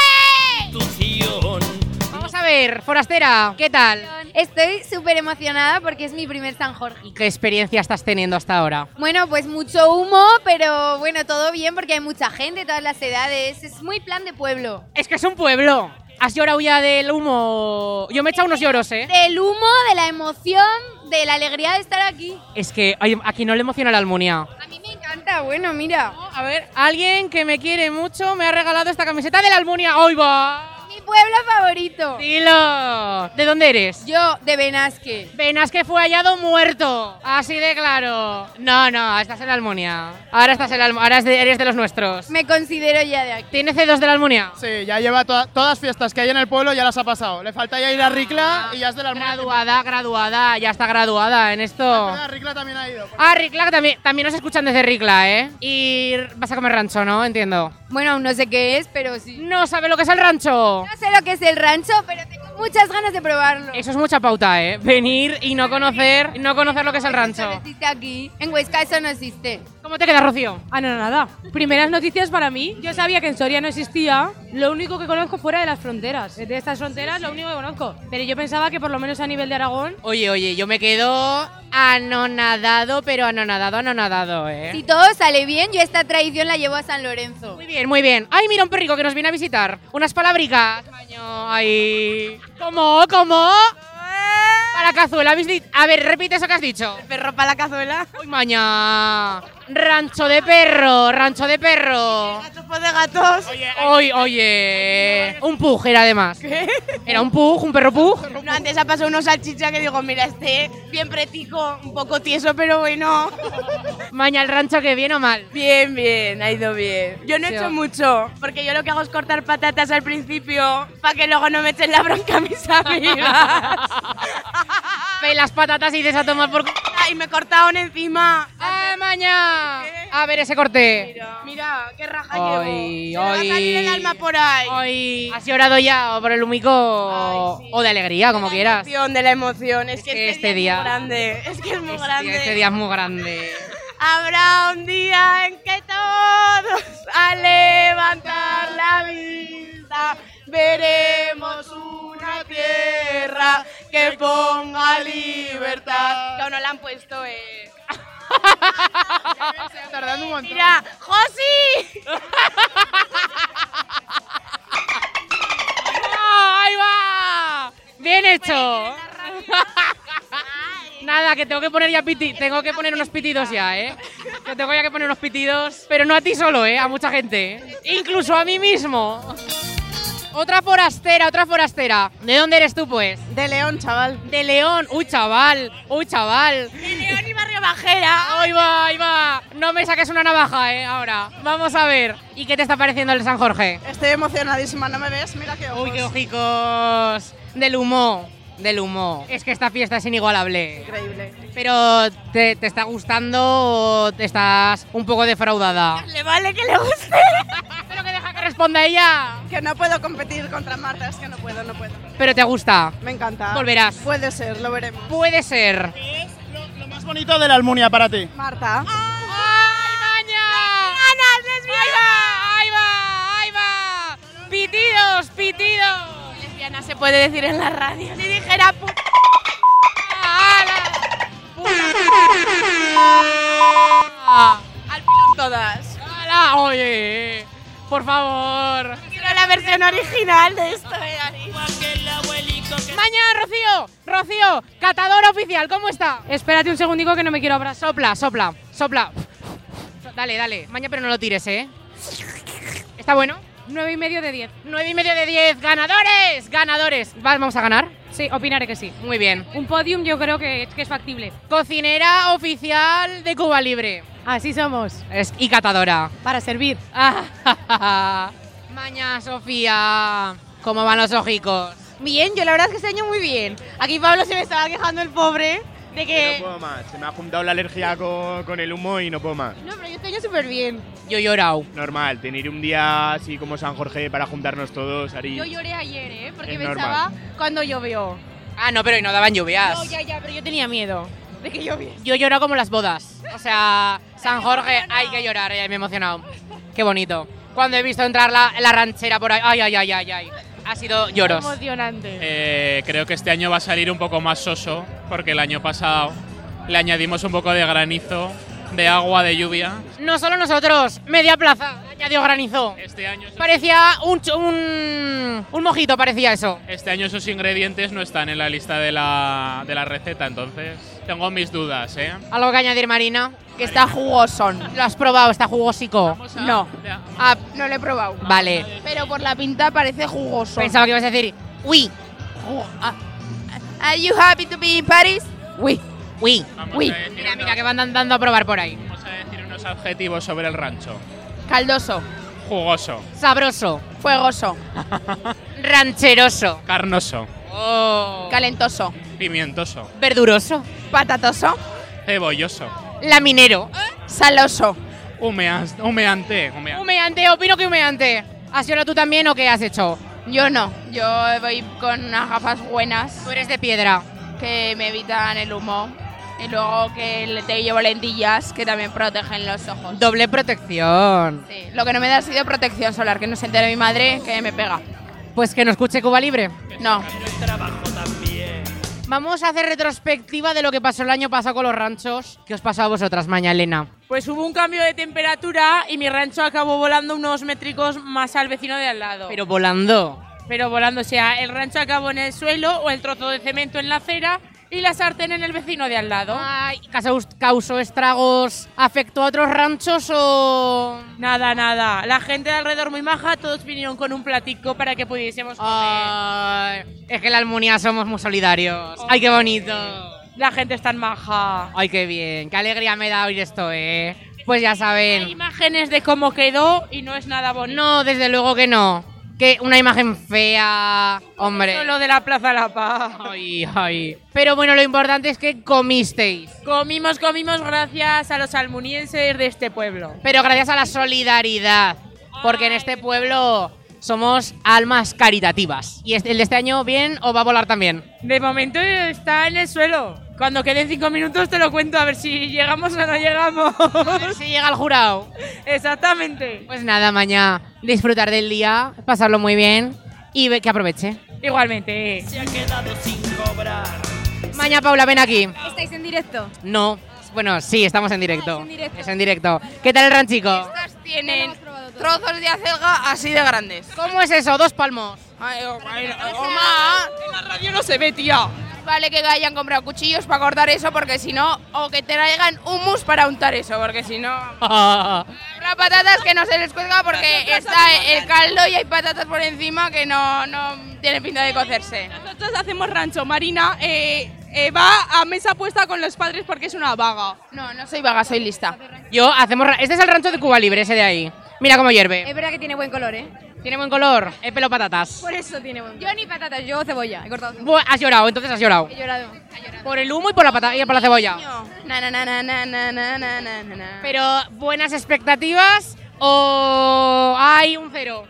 Vamos a ver, forastera, ¿qué tal? Estoy súper emocionada porque es mi primer San Jorge. ¿Qué experiencia estás teniendo hasta ahora? Bueno, pues mucho humo, pero bueno, todo bien porque hay mucha gente, todas las edades. Es muy plan de pueblo. Es que es un pueblo. ¿Has llorado ya del humo? Yo me he echado unos lloros, ¿eh? Del humo, de la emoción, de la alegría de estar aquí. Es que ay, aquí no le emociona la Almunia. A mí me encanta, bueno, mira. A ver, alguien que me quiere mucho me ha regalado esta camiseta de la Almunia. ¡Hoy va! Mi pueblo favorito. ¡Dilo! ¿De dónde eres? Yo, de Benasque. Benasque fue hallado muerto. Así de claro. No, no, estás en la Almunia. Ahora estás en la Almunia. Ahora es de- eres de los nuestros. Me considero ya de aquí. ¿Tiene C2 de la Almunia? Sí, ya lleva toda- todas las fiestas que hay en el pueblo, ya las ha pasado. Le falta ya ir a Ricla y ya es de la Graduada, graduada, ya está graduada en esto. Ah, Ricla también ha ido. Ah, Ricla, también, también nos escuchan desde Ricla, ¿eh? Y vas a comer rancho, ¿no? Entiendo. Bueno, aún no sé qué es, pero sí. No sabe lo que es el rancho. No sé lo que es el rancho, pero tengo muchas ganas de probarlo. Eso es mucha pauta, ¿eh? Venir y no conocer, no conocer lo que es el rancho. existe aquí. En Huesca eso no existe. ¿Cómo te quedas, Rocío? Ah, no, no, nada. Primeras noticias para mí. Yo sabía que en Soria no existía. Lo único que conozco fuera de las fronteras. De estas fronteras, lo único que conozco. Pero yo pensaba que por lo menos a nivel de Aragón. Oye, oye, yo me quedo anonadado, pero anonadado, anonadado, ¿eh? Si todo sale bien, yo esta tradición la llevo a San Lorenzo. Muy bien, muy bien. Ay, mira un perrico que nos viene a visitar. Unas palabricas. Coño, Ay. ¿Cómo? ¿Cómo? Para la cazuela, habéis di- A ver, repite eso que has dicho. Perro para la cazuela. Uy, maña. Rancho de perro, rancho de perro. Gatos pues de gatos. Oye, oye. Un pug era además. ¿Qué? Era un pug, un perro pug. No, antes ha pasado unos salchicha que digo, mira, este bien pretico, un poco tieso, pero bueno. Maña el rancho que bien o mal. Bien, bien, ha ido bien. Yo no he Sí. hecho mucho, porque yo lo que hago es cortar patatas al principio, para que luego no me echen la bronca a mis amigas. las patatas y dices a tomar por... Y me cortaron encima. ¡Ah, maña! A ver ese corte. Mira, qué raja Ay, llevo. Se me va a salir el alma por ahí. ¿Has llorado ya o por el humico o- o de alegría, Ah, como quieras? emoción, de la emoción. Es, que, que este, este día, día- es muy grande. Es que es muy grande. Este día es muy grande. Habrá un día en que todos a levantar la vista veremos una tierra que ponga libertad. No, no la han puesto, eh. tardando un montón. Mira, Josi. ¡Ahí va! ¡Bien Pues hecho! Nada, que tengo que poner ya piti tengo que poner unos pitidos ya, ¿eh? Que tengo ya que poner unos pitidos, pero no a ti solo, ¿eh? A mucha gente, incluso a mí mismo. Otra forastera, otra forastera. ¿De dónde eres tú, pues? De León, chaval. De León, uy, chaval, uy, chaval. De León y Barrio Bajera. Ahí va, ahí va. No me saques una navaja, ¿eh? Ahora, vamos a ver. ¿Y qué te está pareciendo el San Jorge? Estoy emocionadísima, ¿no me ves? Mira qué ojos. Uy, qué ojicos. Del humo, del humo. Es que esta fiesta es inigualable. Increíble. Pero, ¿te, te está gustando o te estás un poco defraudada? Le vale que le guste. Pero que deja que responda ella. Que no puedo competir contra Marta, es que no puedo, no puedo. Pero te gusta. Me encanta. Volverás. Puede ser, lo veremos. Puede ser. Lo más bonito de la Almunia para ti. Marta. Ah. ¡Ay, maña! ¡Ganas, lesbiana! ¡Ahí va! ¡Ahí va! ¡Pitidos, pitidos! Lesbiana se puede decir en la radio. Si dijera puta. Al pilón todas. ¡Hala! ¡Oye! Por favor. Quiero la versión original de esto, eh, Ari. Mañana, Rocío, Rocío, catadora oficial, ¿cómo está? Espérate un segundico que no me quiero abrazar. Sopla, sopla, sopla. So- Dale, dale. Mañana, pero no lo tires, ¿eh? ¿Está bueno? 9 y medio de 10. 9 y medio de 10. ¡Ganadores! ¡Ganadores! Va- ¿Vamos a ganar? Sí, opinaré que sí. Muy bien. Un podium yo creo que, es factible. Cocinera oficial de Cuba Libre. Así somos. y catadora. Para servir. Ah, Maña, Sofía. ¿Cómo van los ojicos? Bien, yo la verdad es que este año muy bien. Aquí Pablo se me estaba quejando el pobre de No que... puedo más, se me ha juntado la alergia con, con el humo y no puedo más. No, pero yo este año súper bien. Yo he llorado. Normal, tener un día así como San Jorge para juntarnos todos, Ari. Yo lloré ayer, ¿eh? Porque Es pensaba cuando llovió. Ah, no, pero hoy no daban lluvias. No, ya, ya, pero yo tenía miedo de que lloviese. Yo he llorado como las bodas. O sea, San Jorge, hay que llorar, eh, me he emocionado. Qué bonito. Cuando he visto entrar la, la ranchera por ahí, ay, ay, ay, ay, ay. Ha sido lloros. Emocionante. Eh, creo que este año va a salir un poco más soso, porque el año pasado le añadimos un poco de granizo, de agua, de lluvia. No solo nosotros, media plaza, añadió granizo. Este año. Parecía un, ch- un, un mojito, parecía eso. Este año esos ingredientes no están en la lista de la, de la receta, entonces tengo mis dudas, ¿eh? Algo que añadir, Marina. Que está jugosón. ¿Lo has probado? ¿Está jugosico? No. Ah, No lo he probado. Vale. Pero por la pinta parece jugoso. ah. Pensaba que ibas a decir, uy. Are you happy to be in Paris? eh, Uy. Uy. Uy. a decir Mira, mira, que van andando a probar por ahí. Vamos a decir unos adjetivos sobre el rancho. Caldoso. Jugoso, Sabroso. Fuegoso. Rancheroso. carnoso, Oh. Calentoso. pimientoso, Verduroso. Patatoso. ¿Eh? cebolloso, Laminero. Saloso. humeas- humeante, humeante. Humeante, opino que humeante. ¿Has llorado tú también o qué has hecho? Yo no. Yo voy con unas gafas buenas. Tú eres de piedra. Que me evitan el humo. Y luego que le- te llevo lentillas que también protegen los ojos. Doble protección. Sí, Lo que no me da ha sido protección solar, que no se entere mi madre que me pega. Pues que no escuche Cuba Libre. No. Vamos a hacer retrospectiva de lo que pasó el año pasado con los ranchos. ¿Qué os pasó a vosotras, Maña Elena? Pues hubo un cambio de temperatura y mi rancho acabó volando unos métricos más al vecino de al lado. Pero volando. Pero volando, o sea, el rancho acabó en el suelo o el trozo de cemento en la acera y la sartén en el vecino de al lado. Ay, ¿Casaus- ¿Causó estragos? ¿Afectó a otros ranchos o...? Nada, nada. Ah, La gente de alrededor muy maja, todos vinieron con un platico para que pudiésemos comer. es que en la Almunia somos muy Oh. solidarios. Ay, qué bonito. La gente es tan maja. Ay, qué bien. Qué alegría me da oír esto, ¿eh? Pues ya Hay saben. imágenes de cómo quedó y no es nada bonito. No, desde luego que no. Que una imagen fea, hombre. Lo de la Plaza La Paz. Ay, ay. Pero bueno, lo importante es que comisteis. Comimos, comimos gracias a los almunienses de este pueblo. Pero gracias a la solidaridad. Porque en este pueblo somos almas caritativas. ¿Y este- el de este año bien o va a volar también? De momento está en el suelo. Cuando queden cinco minutos te lo cuento a ver si llegamos o no llegamos. A ver si llega el jurado. Exactamente. Pues nada, mañana disfrutar del día, pasarlo muy bien y ve- que aproveche. Igualmente. Se ha quedado sin cobrar. Mañana, Paula, ven aquí. ¿Estáis en directo? No. Bueno, sí, estamos en directo. Ah, en directo. Es en directo. ¿Qué tal el ranchico? Tienen trozos de acelga así de grandes. ¿Cómo es Pues eso? Dos palmos. Ay, oh, ay, oh, ma. radio no se ve, tía. Vale que hayan comprado cuchillos para cortar eso, porque si no, o que traigan hummus para untar eso, porque si no. Habrá patatas que no se les cuelga porque Nosotros está hacemos el caldo y hay patatas por encima que no, no tienen pinta de cocerse. Nosotros hacemos rancho. Marina eh, eh, va a mesa puesta con los padres porque es una vaga. No, no soy vaga, soy lista. Yo hacemos. ra- Este es el rancho de Cuba Libre, ese de ahí. Mira cómo hierve. Es verdad que tiene buen color, ¿eh? Tiene buen color. Es pelo patatas. Por eso tiene buen color. Yo ni patatas, yo cebolla. He cortado. Bu- Has llorado, entonces has llorado. He llorado. Por el humo y por la patata y por la cebolla. Na, na, na, na, na, na, na, na, na, na. Pero buenas expectativas o hay un cero.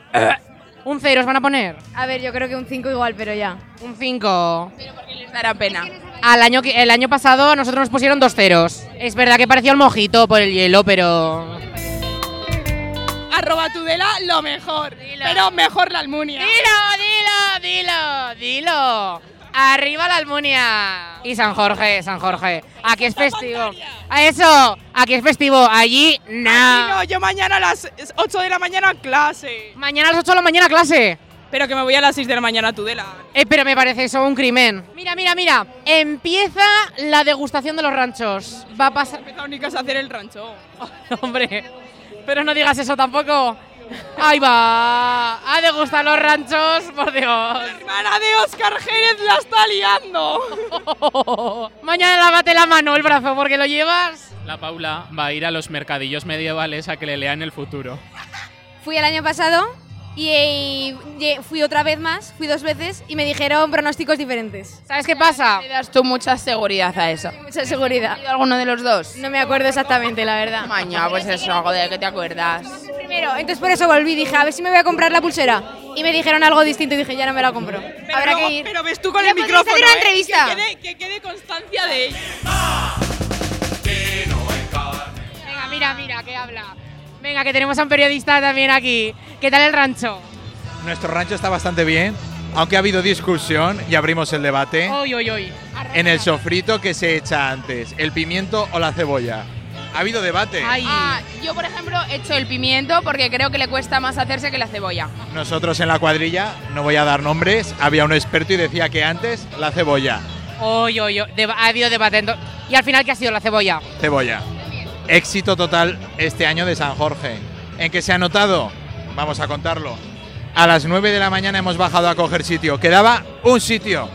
un cero os van a poner. A ver, yo creo que un 5 igual, pero ya. Un 5. les dará pena. Al año que- el año pasado a nosotros nos pusieron dos ceros. Es verdad que parecía un mojito por el hielo, pero Arroba Tudela, lo mejor. Pero mejor la Almunia. Dilo, dilo, dilo. Arriba la Almunia. Y San Jorge, San Jorge. Aquí es festivo. A eso, aquí es festivo. Allí no. no, yo mañana a las 8 de la mañana clase. Mañana a las 8 de la mañana clase. Pero que me voy a las 6 de la mañana a Tudela. Eh, pero me parece eso un crimen. Mira, mira, mira. Empieza la degustación de los ranchos. Va a pasar. únicas a hacer el rancho. Hombre, pero no digas eso tampoco. Ahí va. A degustar los ranchos, por Dios. hermana de Oscar Jerez la está liando. Mañana lávate la mano, el brazo, porque lo llevas. La Paula va a ir a los mercadillos medievales a que le lean el futuro. Fui el año pasado y, eh, lle- fui otra vez más, fui dos veces y me dijeron pronósticos diferentes. ¿Sabes qué pasa? Le das tú mucha seguridad a eso. Mucha seguridad. ¿Alguno de los dos? No me acuerdo exactamente, la verdad. Mañana, pues eso, algo de que te acuerdas. Primero, entonces por eso volví, dije, a ver si me voy a comprar la pulsera. Y me dijeron algo distinto y dije, ya no me la compro. Habrá luego- que ir. Pero ves tú con Ya el podéis micrófono. hacer una ¿eh? entrevista. Que quede, que quede constancia de ello. Venga, mira, mira, que habla. Venga, que tenemos a un periodista también aquí. ¿Qué tal el rancho? Nuestro rancho está bastante bien, aunque ha habido discusión y abrimos el debate Hoy, hoy, hoy. en el sofrito que se echa antes, el pimiento o la cebolla. Ha habido debate. Ah, yo, por ejemplo, he hecho el pimiento porque creo que le cuesta más hacerse que la cebolla. Nosotros en la cuadrilla, no voy a dar nombres, había un experto y decía que antes la cebolla, Hoy, hoy, hoy. Deba- ha habido debate. ento- Y al final, ¿qué ha sido la cebolla? cebolla. Éxito total este año de San Jorge. ¿En qué se ha notado? Vamos a contarlo. A las 9 de la mañana hemos bajado a coger sitio. Quedaba un sitio.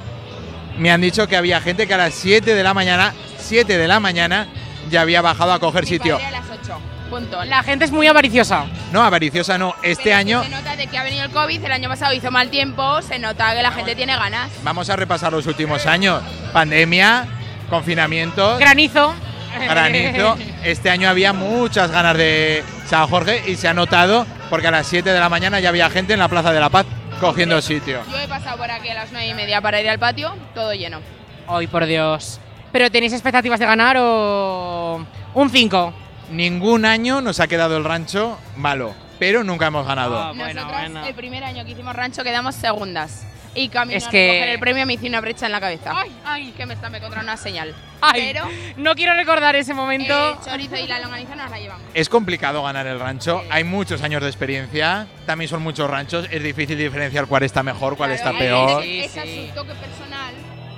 Me han dicho que había gente que a las 7 de la mañana, 7 de la mañana, ya había bajado a coger sitio. A las 8. Punto. La gente es muy avariciosa. No, avariciosa no. Este año Se nota de que ha venido el COVID, el año pasado hizo mal tiempo, se nota que la gente tiene ganas. vamos a repasar los últimos años. Pandemia, confinamiento, Granizo. granizo. Este año había muchas ganas de San Jorge y se ha notado porque a las 7 de la mañana ya había gente en la Plaza de la Paz cogiendo sitio. Yo he pasado por aquí a las 9 y media para ir al patio, todo lleno. Ay, por Dios. ¿Pero tenéis expectativas de ganar o un 5? Ningún año nos ha quedado el rancho malo, pero nunca hemos ganado. Ah, Ah, Nosotras, el primer año que hicimos rancho, quedamos segundas. Y camino Es a que- recoger el premio me hice una brecha en la cabeza. Ay, ay, que me está, me contra una señal. Ay, Pero no quiero recordar ese el momento. chorizo y la longaniza nos la llevamos. Es complicado ganar el rancho, hay muchos años de experiencia, también son muchos ranchos, es difícil diferenciar cuál está mejor, cuál está peor. Es, es a su toque personal.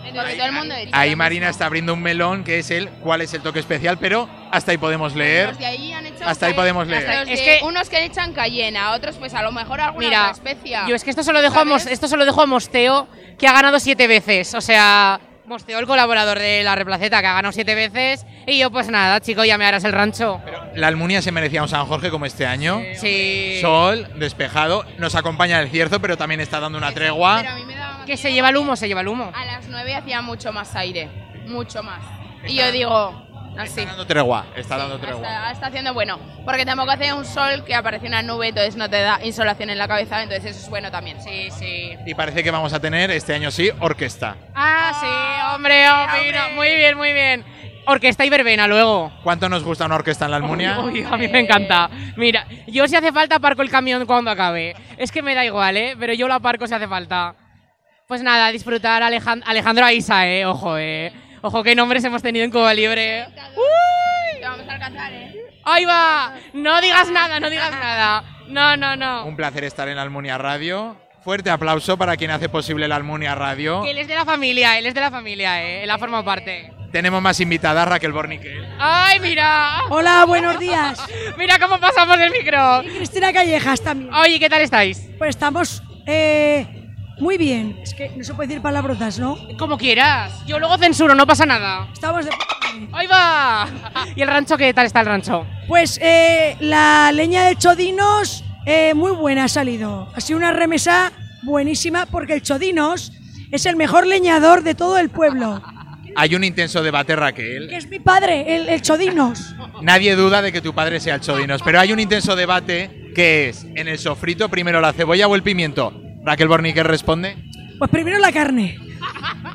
Entonces todo el mundo dice, Ahí Marina está abriendo un melón que es el cuál es el toque especial, pero hasta ahí podemos leer. Los de ahí han hecho Hasta ahí calle- podemos hasta leer. los Es de- que- unos que le echan cayena, otros pues a lo mejor alguna Mira, otra especia. Yo es que esto se lo dejo, a Mos- esto se lo dejo a Mosteo, que ha ganado siete veces. O sea, Mosteo, el colaborador de la replaceta, que ha ganado siete veces. Y yo, pues nada, chico, ya me harás el rancho. La Almunia se merecía un San Jorge como este año. Sí. Sol, despejado, nos acompaña el cierzo, pero también está dando una Pero a tregua. mí me daba Que se lleva el humo, se lleva el humo. A las 9 hacía mucho más aire, mucho más. Y yo digo, así. Dando tregua, está dando tregua. Está, está haciendo bueno, porque tampoco hace un sol que aparece una nube, entonces no te da insolación en la cabeza, entonces eso es bueno también. Sí, sí. Y parece que vamos a tener este año sí orquesta. Ah, sí, hombre, oh, opino. Muy bien, muy bien. Orquesta y verbena luego. ¿Cuánto nos gusta una orquesta en la Almunia? Uy, uy, a mí me encanta. Mira, yo si hace falta aparco el camión cuando acabe. Es que me da igual, ¿eh? Pero yo lo aparco si hace falta. Pues nada, disfrutar Alejan- Alejandro Aisa, ¿eh? Ojo, ¿eh? Ojo, qué nombres hemos tenido en Cuba Libre. ¡Uy! vamos a alcanzar, ¿eh? ¡Ahí va! No digas nada, no digas nada. No, no, no. Un placer estar en la Almunia Radio. Fuerte aplauso para quien hace posible la Almunia Radio. Que él es de la familia, él es de la familia, ¿eh? Él ha formado parte. Tenemos más invitadas, Raquel Bornique. ¡Ay, mira! Hola, buenos días. mira cómo pasamos el micro. Y Cristina Callejas también. Oye, ¿qué tal estáis? Pues estamos eh, muy bien. Es que no se puede decir palabrotas, ¿no? Como quieras. Yo luego censuro, no pasa nada. Estamos de... ¡Ahí va! ¿Y el rancho qué tal está el rancho? Pues eh, la leña de Chodinos, eh, muy buena ha salido. Ha sido una remesa buenísima porque el Chodinos es el mejor leñador de todo el pueblo. Hay un intenso debate, Raquel. Que es mi padre, el, el Chodinos. Nadie duda de que tu padre sea el Chodinos, pero hay un intenso debate que es, ¿en el sofrito primero la cebolla o el pimiento? Raquel Bornique responde, Pues primero la carne.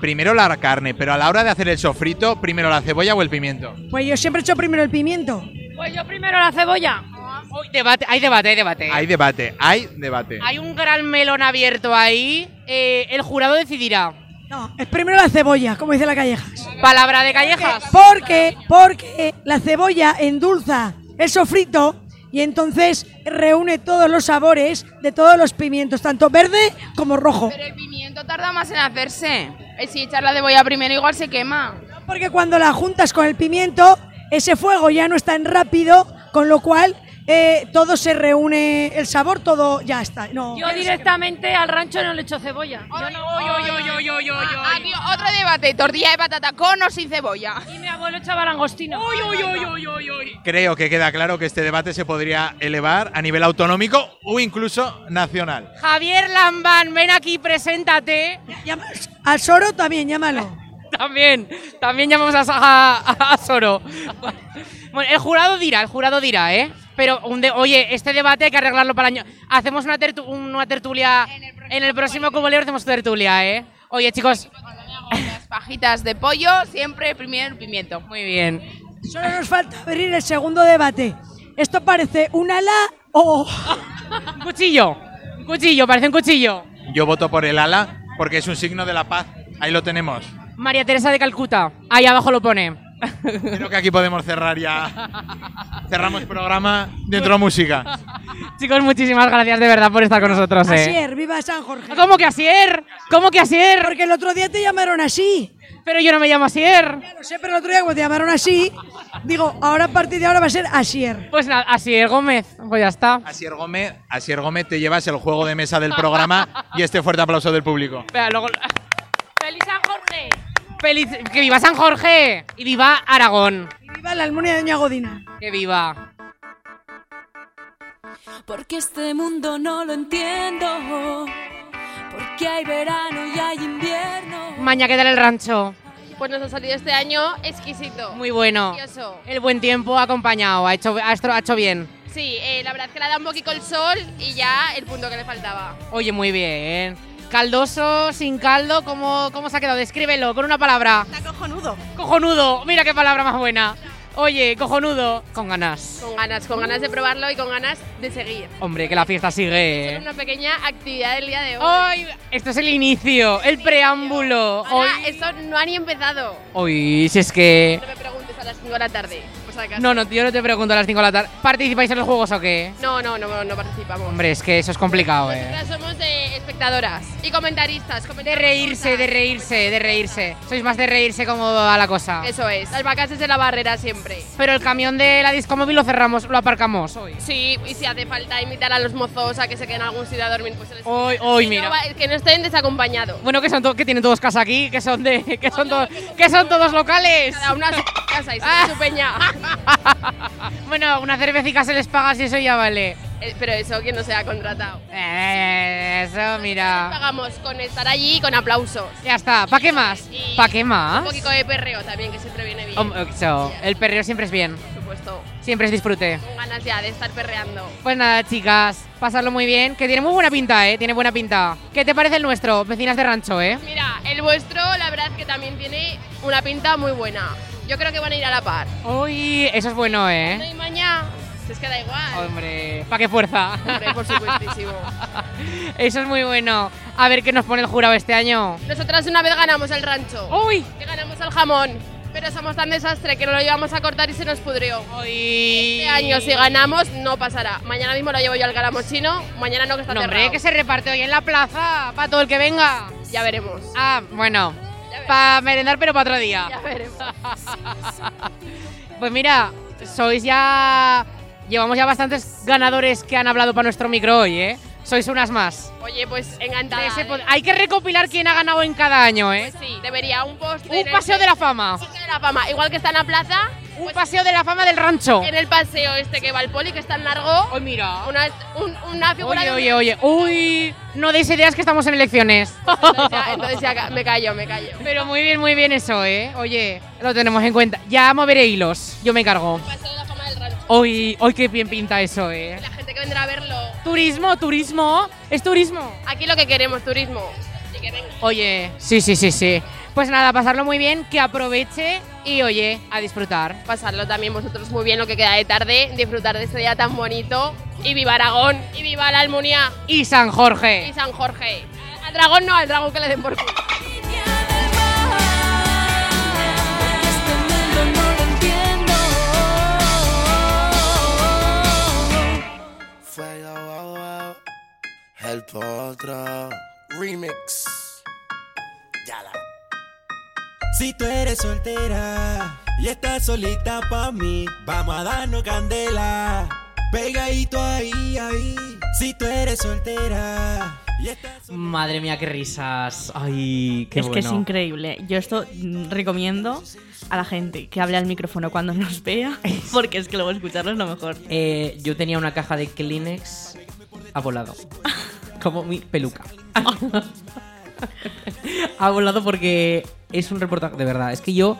primero la carne, pero a la hora de hacer el sofrito, primero la cebolla o el pimiento. Pues yo siempre he hecho primero el pimiento. Pues yo primero la cebolla. debate, hay debate, hay debate. Hay debate, hay debate. Hay un gran melón abierto ahí. eh, el jurado decidirá. Es primero la cebolla, como dice la Callejas. Palabra de Callejas. Porque, porque la cebolla endulza el sofrito y entonces reúne todos los sabores de todos los pimientos, tanto verde como rojo. Pero el pimiento tarda más en hacerse. Eh, Si echar la cebolla primero igual se quema. Porque cuando la juntas con el pimiento, ese fuego ya no es tan rápido, con lo cual eh, todo se reúne, el sabor, todo ya está. No. Yo directamente al rancho no le echo cebolla. Yo no- Ah, Aquí otro debate, tortilla de patata con o sin cebolla. Y mi abuelo echaba langostino. Uy, uy, uy, uy, uy, Creo que queda claro que este debate se podría elevar a nivel autonómico o incluso nacional. Javier Lambán, ven aquí, preséntate. Al Soro también, llámalo. También, también llamamos a, a- a Soro. Bueno, el jurado dirá, el jurado dirá, ¿eh? Pero, un de- oye, este debate hay que arreglarlo para el año. Hacemos una, tertu- una tertulia. En el próximo Cubo Libre hacemos tertulia, ¿eh? Oye, chicos, Las fajitas de pollo, siempre primer pimiento. Muy bien. Solo nos falta abrir el segundo debate. Esto parece un ala o... un cuchillo. Un cuchillo, parece un cuchillo. Yo voto por el ala porque es un signo de la paz. Ahí lo tenemos. María Teresa de Calcuta. Ahí abajo lo pone. Creo que aquí podemos cerrar ya. Cerramos programa dentro música. Chicos, muchísimas gracias de verdad por estar con nosotros, ¿eh? Asier, viva San Jorge. ¿Cómo que Asier? ¿Cómo que Asier? Porque el otro día te llamaron así. Pero yo no me llamo Asier. Ya lo sé, pero el otro día cuando te llamaron así, digo, ahora a partir de ahora va a ser Asier. Pues nada, Asier Gómez. Pues ya está. Asier Gómez, Asier Gómez, te llevas el juego de mesa del programa y este fuerte aplauso del público. Vea, luego. ¡Feliz San Jorge! Feliz, que viva San Jorge y viva Aragón. Viva la Almunia de Doña Godina. Que viva. Porque este mundo no lo entiendo. Porque hay verano y hay invierno. Maña, ¿qué tal el rancho? Pues nos ha salido este año exquisito. Muy bueno. Delicioso. El buen tiempo ha acompañado, ha hecho, ha estro- ha hecho bien. Sí, eh, la verdad es que le da un poquito el sol y ya el punto que le faltaba. Oye, muy bien. Caldoso, sin caldo, ¿cómo, cómo se ha quedado? Descríbelo con una palabra. cojonudo. Cojonudo, mira qué palabra más buena. Oye, cojonudo, con ganas. Con ganas, con ganas de probarlo y con ganas de seguir. Hombre, que la fiesta sigue. ¿eh? Una pequeña actividad del día de hoy. Hoy, esto es el inicio, el preámbulo. Hoy, Ana, esto no ha ni empezado. hoy, si es que... No me preguntes a las 5 de la tarde. por si acaso. No, no, yo no te pregunto a las 5 de la tarde. ¿Participáis en los juegos o qué? No, no, no, no participamos. Hombre, es que eso es complicado, eh. Nosotras somos de espectadoras y comentaristas. De reírse, de reírse, de reírse. Sois más de reírse como va la cosa. Eso es. Las vacances de la barrera siempre. Pero el camión de la discomóvil lo cerramos, lo aparcamos hoy. Sí, y si hace falta invitar a los mozos a que se queden en algún sitio a dormir, pues se les- Hoy, hoy, Que no mira. va- que no estén desacompañados. Bueno, que son to- que tienen todos casa aquí, que son de, que son todos, que son todos locales. Cada una a su casa y se Ah. su peña. Bueno, una cervecica se les paga si eso ya vale. Eh, Pero eso que no se ha contratado. Eh, Eso, mira. Pagamos con estar allí y con aplausos. Ya está. ¿Para qué más? Y ¿Para qué más? Un poquito de perreo también, que siempre viene bien. Hom- Eso. El perreo siempre es bien. Por supuesto. Siempre es disfrute. Con ganas ya de estar perreando. Pues nada, chicas, pasarlo muy bien, que tiene muy buena pinta, ¿eh? Tiene buena pinta. ¿Qué te parece el nuestro, vecinas de rancho, eh? Mira, el vuestro, la verdad que también tiene una pinta muy buena. Yo creo que van a ir a la par. Uy, eso es bueno, No ¿eh? hay maña, si es que da igual. Hombre, pa' qué fuerza. Hombre, por supuestísimo. Eso es muy bueno. A ver qué nos pone el jurado este año. Nosotras una vez ganamos el rancho. ¡Uy! Que ganamos el jamón. Pero somos tan desastre que no lo llevamos a cortar y se nos pudrió. Este año si ganamos no pasará. Mañana mismo lo llevo yo al caramochino. Mañana no que está No, hombre, cerrado. que se reparte hoy en la plaza, para todo el que venga. Ya veremos. Ah, bueno. Para merendar, pero para otro día. Ya veremos. Pues mira, sois ya. Llevamos ya bastantes ganadores que han hablado para nuestro micro hoy, ¿eh? Sois unas más. Oye, pues encantada. De ese pod- ¿eh? Hay que recopilar quién ha ganado en cada año, ¿eh? Pues sí, debería un postre. Un en el- paseo de la fama. Un paseo de la fama. Igual que está en la plaza. pues Un paseo de la fama del rancho. En el paseo este que va el poli, que está en largo. Hoy mira. Una, un- una figura Oye, de- oye, oye. Uy, no deis ideas que estamos en elecciones. Entonces Pues ya, entonces ya ca- me callo, me callo. Pero muy bien, muy bien eso, ¿eh? Oye, lo tenemos en cuenta. Ya moveré hilos. Yo me encargo. Paseo de la fama del rancho. Hoy, hoy qué bien pinta eso, ¿eh? La gente que vendrá a verlo. Turismo, turismo. Es turismo. Aquí lo que queremos, turismo. Y que venga. Oye. Sí, sí, sí, sí. Pues nada, pasarlo muy bien, que aproveche y oye, a disfrutar. Pasarlo también vosotros muy bien lo que queda de tarde, disfrutar de este día tan bonito. Y viva Aragón, y viva la Almunia, Y San y Jorge. San Jorge. Al dragón no, al dragón que le den por culo. Este mundo no lo entiendo. Fuego, wow, wow. El potro. Remix. Yala. Si tú eres soltera y estás solita pa' mí, vamos a darnos candela. pegadito ahí, ahí. Si tú eres soltera. Y estás Madre mía, qué risas. Ay, qué es bueno. que es increíble. Yo esto mm, recomiendo a la gente que hable al micrófono cuando nos vea, porque es que luego escucharlo es lo mejor. Eh, yo tenía una caja de Kleenex ha volado. Como mi peluca. ha volado porque es un reportaje. De verdad, es que yo.